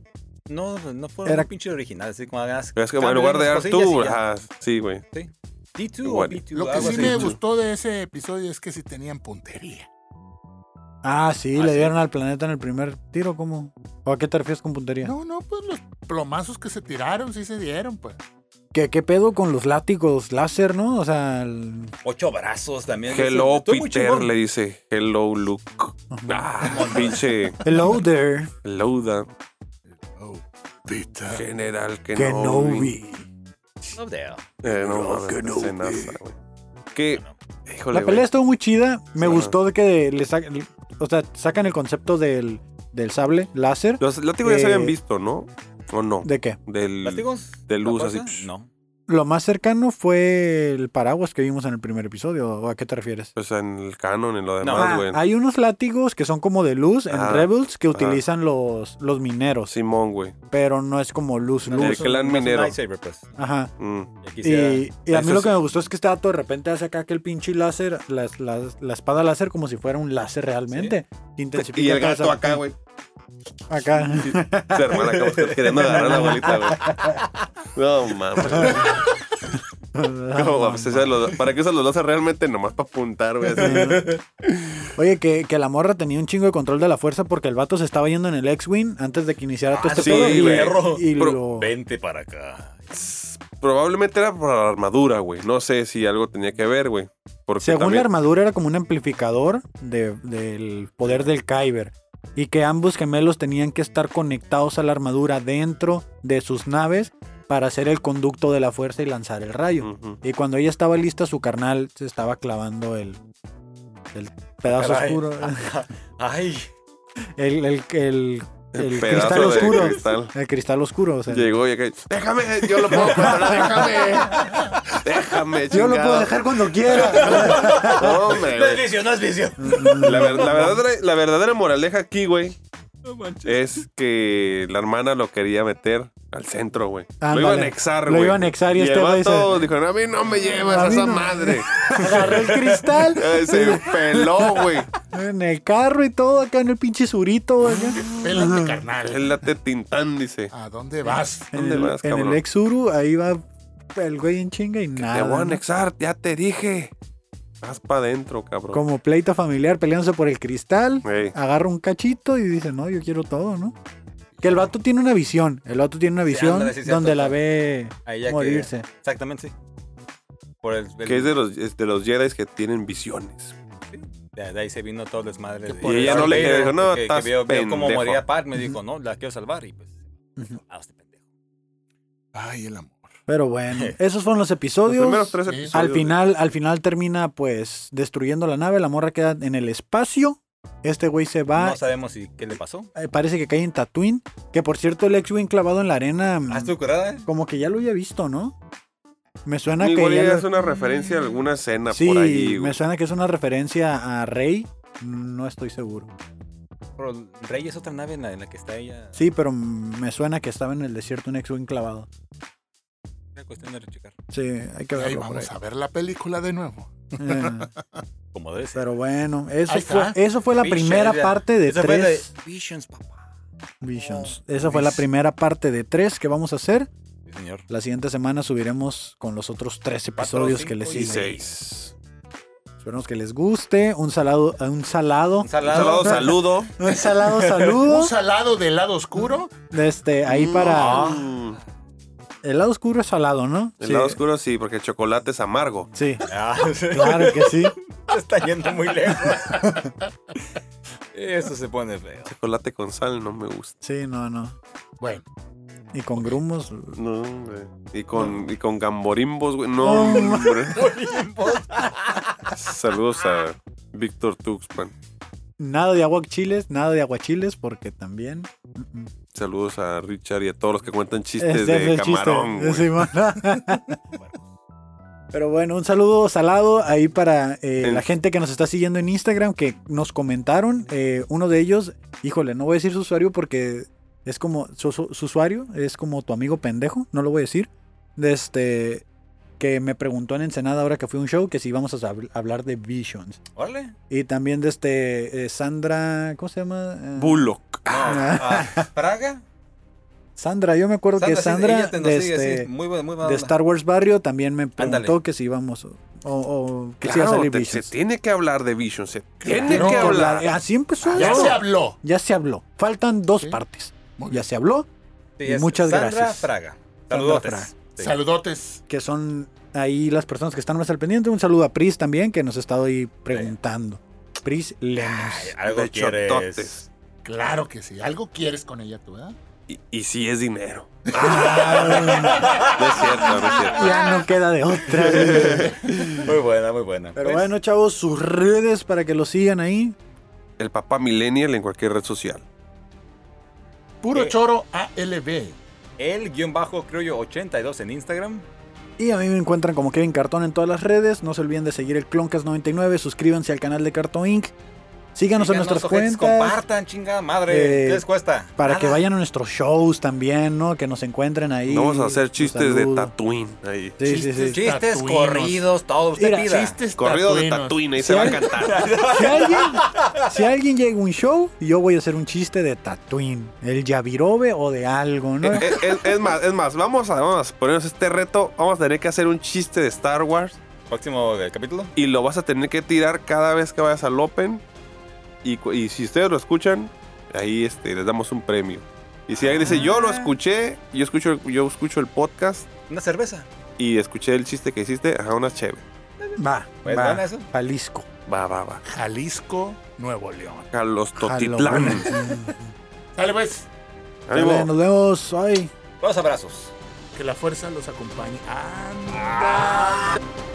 Speaker 2: no, no fueron
Speaker 3: Era-
Speaker 2: un pinche original, así como hagas.
Speaker 1: Es como en lugar de Arthur. Ajá, sí, güey.
Speaker 2: D2 o
Speaker 1: Igual.
Speaker 2: B2.
Speaker 4: Lo que
Speaker 2: algo
Speaker 4: sí
Speaker 2: así.
Speaker 4: me gustó de ese episodio es que sí tenían puntería.
Speaker 3: Ah, sí,
Speaker 2: Ah,
Speaker 3: le
Speaker 2: sí.
Speaker 3: dieron al planeta en el primer tiro, ¿cómo? ¿O a qué te refieres con puntería?
Speaker 4: No, no, pues los plomazos que se tiraron sí se dieron, pues.
Speaker 3: ¿Qué, qué pedo con los látigos láser, no? O sea, el-
Speaker 2: Ocho brazos también.
Speaker 1: Hello,
Speaker 2: Estoy muy
Speaker 1: Peter,
Speaker 2: chingón.
Speaker 1: le dice. Hello, Luke. Ah, pinche
Speaker 3: hello there,
Speaker 1: Lauda.
Speaker 4: Oh, Peter.
Speaker 1: General que no.
Speaker 3: Kenobi.
Speaker 2: No veo.
Speaker 1: Eh, no,
Speaker 4: No,
Speaker 1: mames,
Speaker 4: Kenobi.
Speaker 1: escenaza, güey. Que, híjole,
Speaker 3: La pelea
Speaker 1: güey.
Speaker 3: estuvo muy chida, me
Speaker 1: Sí,
Speaker 3: gustó de que le sa- o sea, sacan el concepto del, del sable láser.
Speaker 1: Los látigos ya se habían
Speaker 3: Eh,
Speaker 1: visto, ¿no? ¿O no?
Speaker 3: ¿De qué?
Speaker 1: Del,
Speaker 2: ¿Látigos?
Speaker 1: de luz,
Speaker 2: ¿La
Speaker 1: así.
Speaker 2: cosa? No.
Speaker 3: Lo más cercano fue el paraguas que vimos en el primer episodio, ¿o a qué te refieres?
Speaker 1: o sea, en el canon, en lo
Speaker 3: Ah,
Speaker 1: demás, güey.
Speaker 3: hay unos látigos que son como de luz en
Speaker 1: Ajá,
Speaker 3: Rebels que
Speaker 1: ajá.
Speaker 3: utilizan los, los mineros,
Speaker 1: Simón, güey.
Speaker 3: pero no es como luz,
Speaker 2: No,
Speaker 1: El
Speaker 2: no,
Speaker 3: luz.
Speaker 2: son-
Speaker 1: clan
Speaker 2: no son
Speaker 1: minero.
Speaker 2: lightsaber, pues.
Speaker 3: Ajá.
Speaker 1: Mm.
Speaker 2: Y aquí se da-
Speaker 3: Y, y a mí
Speaker 1: Eso
Speaker 3: lo que
Speaker 1: sí.
Speaker 3: me gustó es que este dato de repente hace acá que el pinche láser, la, la- la espada láser, como si fuera un láser realmente. Intensifica
Speaker 1: Y el
Speaker 3: acá
Speaker 1: gato
Speaker 3: esa-
Speaker 1: acá, güey.
Speaker 3: Acá.
Speaker 1: Su hermana acá buscando- queriendo agarrar a la bolita, güey. No mames. Como, pues, esas los- ¿Para qué usas los lazos realmente? Nomás para apuntar, güey. así.
Speaker 3: Oye, que, que la morra tenía un chingo de control de la fuerza porque el vato se estaba yendo en el X-Wing antes de que iniciara todo
Speaker 2: Ah,
Speaker 3: este
Speaker 1: sí,
Speaker 3: pedo. y-
Speaker 2: perro.
Speaker 3: Y,
Speaker 1: Pero-
Speaker 3: lo-
Speaker 2: Vente para acá.
Speaker 1: Probablemente era por la armadura, güey. No sé si algo tenía que ver, güey. Porque
Speaker 3: según la
Speaker 1: también-
Speaker 3: armadura era como un amplificador de- del poder del Kyber. Y que ambos gemelos tenían que estar conectados a la armadura dentro de sus naves para hacer el conducto de la fuerza y lanzar el rayo.
Speaker 1: Ujú.
Speaker 3: Y cuando ella estaba lista, su carnal se estaba clavando el, el pedazo
Speaker 2: Caray.
Speaker 3: oscuro.
Speaker 2: Ay,
Speaker 3: El, el- el- el
Speaker 1: Pedazo
Speaker 3: cristal
Speaker 1: de
Speaker 3: oscuro.
Speaker 1: cristal.
Speaker 3: El cristal oscuro, o sea.
Speaker 1: Llegó y acá. Déjame, yo lo puedo controlar, déjame. Déjame,
Speaker 3: Yo lo puedo
Speaker 1: chingado".
Speaker 3: dejar cuando quiera.
Speaker 1: No, hombre,
Speaker 2: no es
Speaker 1: Eh, güey.
Speaker 2: vicio, no es vicio.
Speaker 1: La, ver- la verdadera, la verdadera moraleja aquí, güey,
Speaker 2: No manches.
Speaker 1: es que la hermana lo quería meter al centro, güey. Lo
Speaker 3: Ándale.
Speaker 1: iba a anexar,
Speaker 3: Lo
Speaker 1: güey.
Speaker 3: iba a anexar y este
Speaker 1: el
Speaker 3: güey
Speaker 1: vato dijo, a mí no me llevas
Speaker 3: A
Speaker 1: a
Speaker 3: mí
Speaker 1: esa
Speaker 3: no".
Speaker 1: madre.
Speaker 3: Agarré el cristal
Speaker 1: Eh, Se peló, güey.
Speaker 3: en el carro y todo, acá en el pinche surito. acá.
Speaker 4: Pélate, carnal.
Speaker 1: Pélate tintán, dice.
Speaker 4: ¿A dónde vas?
Speaker 3: En
Speaker 1: ¿Dónde
Speaker 3: el,
Speaker 1: vas,
Speaker 3: en
Speaker 1: cabrón?
Speaker 3: el ex-Uru, ahí va el güey en chinga y nada.
Speaker 1: Te voy a
Speaker 3: ¿no?
Speaker 1: anexar, ya te dije. Vas para adentro, cabrón.
Speaker 3: Como pleito familiar peleándose por el cristal.
Speaker 1: Ey.
Speaker 3: Agarra un cachito y dice, no, yo quiero todo, ¿no? Que el vato tiene una visión. El vato tiene una visión
Speaker 2: ándale, sí, cierto,
Speaker 3: donde la
Speaker 2: claro.
Speaker 3: ve
Speaker 2: Ahí ya que-
Speaker 3: morirse.
Speaker 2: Exactamente, sí. Por el, el-
Speaker 1: Que es de los, es de los Jedi que tienen visiones.
Speaker 2: de, de ahí se vino todo el desmadre. De,
Speaker 1: por Y ella no le
Speaker 2: Vader,
Speaker 1: dijo, no,
Speaker 2: que- que
Speaker 1: estás
Speaker 2: vio, vio cómo
Speaker 1: pendejo.
Speaker 2: moría Pat, me dijo, no, la quiero salvar. Y pues, ah, este pendejo.
Speaker 4: Ay, el amor.
Speaker 3: Pero bueno, esos fueron los
Speaker 1: Los
Speaker 3: episodios.
Speaker 1: primeros tres
Speaker 4: Sí.
Speaker 1: episodios.
Speaker 3: al
Speaker 1: de-
Speaker 3: final, al final termina pues destruyendo la nave. La morra queda en el espacio. Este güey se va.
Speaker 2: No sabemos si qué le pasó.
Speaker 1: Mm.
Speaker 3: eh, parece que cae en Tatooine. Que por cierto, el X-Wing clavado en la arena. mm,
Speaker 2: ¿Has tu curada? eh?
Speaker 3: Como que ya lo había visto, ¿no? Me suena
Speaker 1: Igual
Speaker 3: que. ya
Speaker 1: ya
Speaker 3: lo-
Speaker 1: es una referencia a alguna escena
Speaker 3: Sí,
Speaker 1: por ahí.
Speaker 3: me
Speaker 1: güey.
Speaker 3: suena que es una referencia a Rey. No estoy seguro.
Speaker 2: Pero el Rey es otra nave en la, en la que está ella.
Speaker 3: Sí, pero mm, me suena que estaba en el desierto un X-Wing clavado.
Speaker 2: Una cuestión de rechecar.
Speaker 3: Sí, hay que
Speaker 4: Y ahí
Speaker 3: verlo. por
Speaker 4: vamos
Speaker 3: ahí.
Speaker 4: a ver la película de nuevo.
Speaker 3: Eh,
Speaker 2: Como debe ser.
Speaker 3: pero bueno, eso
Speaker 4: Ahí
Speaker 3: fue,
Speaker 4: está.
Speaker 3: eso fue la
Speaker 2: Visions,
Speaker 3: primera
Speaker 2: ya.
Speaker 3: parte de
Speaker 2: Esa fue la de
Speaker 3: tres
Speaker 2: Visions, papá.
Speaker 3: Visions. Esa fue la primera parte de tres que vamos a hacer.
Speaker 2: Sí, señor.
Speaker 3: La siguiente semana subiremos con los otros tres
Speaker 2: Cuatro,
Speaker 3: episodios que
Speaker 2: cinco
Speaker 3: les
Speaker 2: y
Speaker 1: Y
Speaker 3: hice.
Speaker 2: seis.
Speaker 1: seis.
Speaker 3: Esperemos que les guste. Un salado, eh, un salado,
Speaker 2: Un
Speaker 1: Un saludo,
Speaker 2: salado.
Speaker 1: saludo.
Speaker 3: un salado
Speaker 4: Un
Speaker 3: saludo.
Speaker 4: salado del lado oscuro.
Speaker 3: Este, ahí para
Speaker 2: Ah.
Speaker 1: Mm.
Speaker 3: el lado oscuro es salado, ¿no?
Speaker 1: El
Speaker 3: Sí.
Speaker 1: lado oscuro sí, porque el chocolate es amargo.
Speaker 3: Sí,
Speaker 2: Ah, sí.
Speaker 3: claro que sí.
Speaker 2: Se está yendo muy lejos. Eso se pone feo.
Speaker 1: Chocolate con sal no me gusta.
Speaker 3: Sí, no, no.
Speaker 4: Bueno,
Speaker 3: Y con grumos.
Speaker 1: No, hombre. Y con, y con gamborimbos, güey.
Speaker 3: Oh,
Speaker 1: No, hombre. Saludos a Víctor Tuxpan.
Speaker 3: Nada de aguachiles, nada de aguachiles, porque también. mm, mm.
Speaker 1: Saludos a Richard y a todos los que cuentan chistes
Speaker 3: Ese
Speaker 1: de
Speaker 3: es el chiste,
Speaker 1: camarón, güey.
Speaker 3: Simón. Pero bueno, un saludo salado ahí para eh,
Speaker 1: El-
Speaker 3: la gente que nos está siguiendo en Instagram, que nos comentaron. eh, uno de ellos, híjole, no voy a decir su usuario porque es como su, su- su usuario, es como tu amigo pendejo, no lo voy a decir. De este, que me preguntó en Ensenada ahora que fue un show que si íbamos a sab- hablar de Visions.
Speaker 2: Órale.
Speaker 3: Y también de este, eh, Sandra, ¿cómo se llama? Eh,
Speaker 1: Bullock.
Speaker 2: No, ah, Praga.
Speaker 3: Sandra, yo me acuerdo
Speaker 2: Sandra,
Speaker 3: que
Speaker 2: sí,
Speaker 3: Sandra
Speaker 2: ella te nos
Speaker 3: de,
Speaker 2: sigue, sí.
Speaker 3: este,
Speaker 2: Muy buena, muy buena.
Speaker 3: de
Speaker 2: onda.
Speaker 3: Star Wars Barrio también me preguntó
Speaker 2: Ándale.
Speaker 3: que si íbamos o, o- que si iba a
Speaker 1: Claro,
Speaker 3: salir
Speaker 1: te- se
Speaker 3: Visions.
Speaker 1: tiene que hablar de Vision. Se tiene que
Speaker 4: Claro. Tiene que
Speaker 1: hablar.
Speaker 3: Eh, Así empezó.
Speaker 4: ya
Speaker 3: esto.
Speaker 4: se habló.
Speaker 3: Ya se habló. Faltan dos
Speaker 4: Sí.
Speaker 3: partes.
Speaker 4: Muy
Speaker 3: Ya
Speaker 4: bien.
Speaker 3: se habló,
Speaker 2: Sí, es
Speaker 3: muchas
Speaker 2: Sandra
Speaker 3: gracias.
Speaker 2: Fraga.
Speaker 3: Sandra
Speaker 2: Saludotes.
Speaker 3: Fraga.
Speaker 2: Sí.
Speaker 4: Saludotes.
Speaker 3: que son ahí las personas que están más al pendiente. Un saludo a Pris también, que nos ha estado ahí preguntando. Pris
Speaker 2: Ay,
Speaker 3: Lemos.
Speaker 2: Algo
Speaker 1: De
Speaker 2: quieres.
Speaker 1: chototes.
Speaker 4: Claro que sí. Algo quieres con ella tú, ¿eh? ¿verdad?
Speaker 1: Y, y si es dinero. No es cierto, no es cierto.
Speaker 3: ya no queda de otra.
Speaker 2: Muy buena, muy buena.
Speaker 3: Pero
Speaker 2: Pues,
Speaker 3: bueno, chavos, sus redes para que lo sigan ahí.
Speaker 1: El papá millennial en cualquier red social.
Speaker 4: Puro
Speaker 2: Eh.
Speaker 4: choro ALB.
Speaker 2: El guión bajo, creo yo, 82 en Instagram.
Speaker 3: Y a mí me encuentran como Kevin Cartón en todas las redes. No se olviden de seguir el Cloncast 99. Suscríbanse al canal de Cartón Inc. Síganos en nuestras
Speaker 2: ojetes,
Speaker 3: cuentas.
Speaker 2: Compartan, chingada madre.
Speaker 3: Eh,
Speaker 2: ¿Qué les cuesta?
Speaker 3: Para
Speaker 2: Nada.
Speaker 3: que vayan a nuestros shows también, ¿no? Que nos encuentren ahí.
Speaker 1: No vamos a hacer
Speaker 3: Un
Speaker 1: chistes de
Speaker 3: saludo.
Speaker 1: Tatooine ahí.
Speaker 3: Sí, sí, sí.
Speaker 2: Chistes,
Speaker 4: Tatuinos.
Speaker 2: corridos, todo. Usted
Speaker 3: Mira,
Speaker 2: pida.
Speaker 4: Chistes
Speaker 1: Corrido de
Speaker 4: tatuinos.
Speaker 1: Tatooine, ahí
Speaker 3: Sí,
Speaker 1: se va a
Speaker 3: hay-
Speaker 1: cantar.
Speaker 3: Si alguien, si alguien llega a un show, yo voy a hacer un chiste de Tatooine, el Yavirobe o de algo, ¿no?
Speaker 1: es, es- Eh, es más, es más, vamos a, vamos a ponernos este reto. Vamos a tener que hacer un chiste de Star Wars
Speaker 2: Próximo eh, capítulo.
Speaker 1: y lo vas a tener que tirar cada vez que vayas al Open. Y, cu- y si ustedes lo escuchan, ahí este, les damos un premio. Y si alguien dice, yo lo escuché, yo escucho, yo escucho el podcast
Speaker 2: Una cerveza.
Speaker 1: y escuché el chiste que hiciste, ajá, una chévere.
Speaker 3: Va,
Speaker 2: Pues,
Speaker 3: va,
Speaker 2: bueno, eso.
Speaker 3: Jalisco.
Speaker 1: Va, va, va.
Speaker 4: Jalisco, Nuevo León.
Speaker 1: A los
Speaker 3: Halloween.
Speaker 1: Totitlán.
Speaker 4: Dale pues,
Speaker 1: Ánimo.
Speaker 3: Dale, nos vemos. Ay.
Speaker 2: Dos abrazos.
Speaker 4: que la fuerza los acompañe. Anda.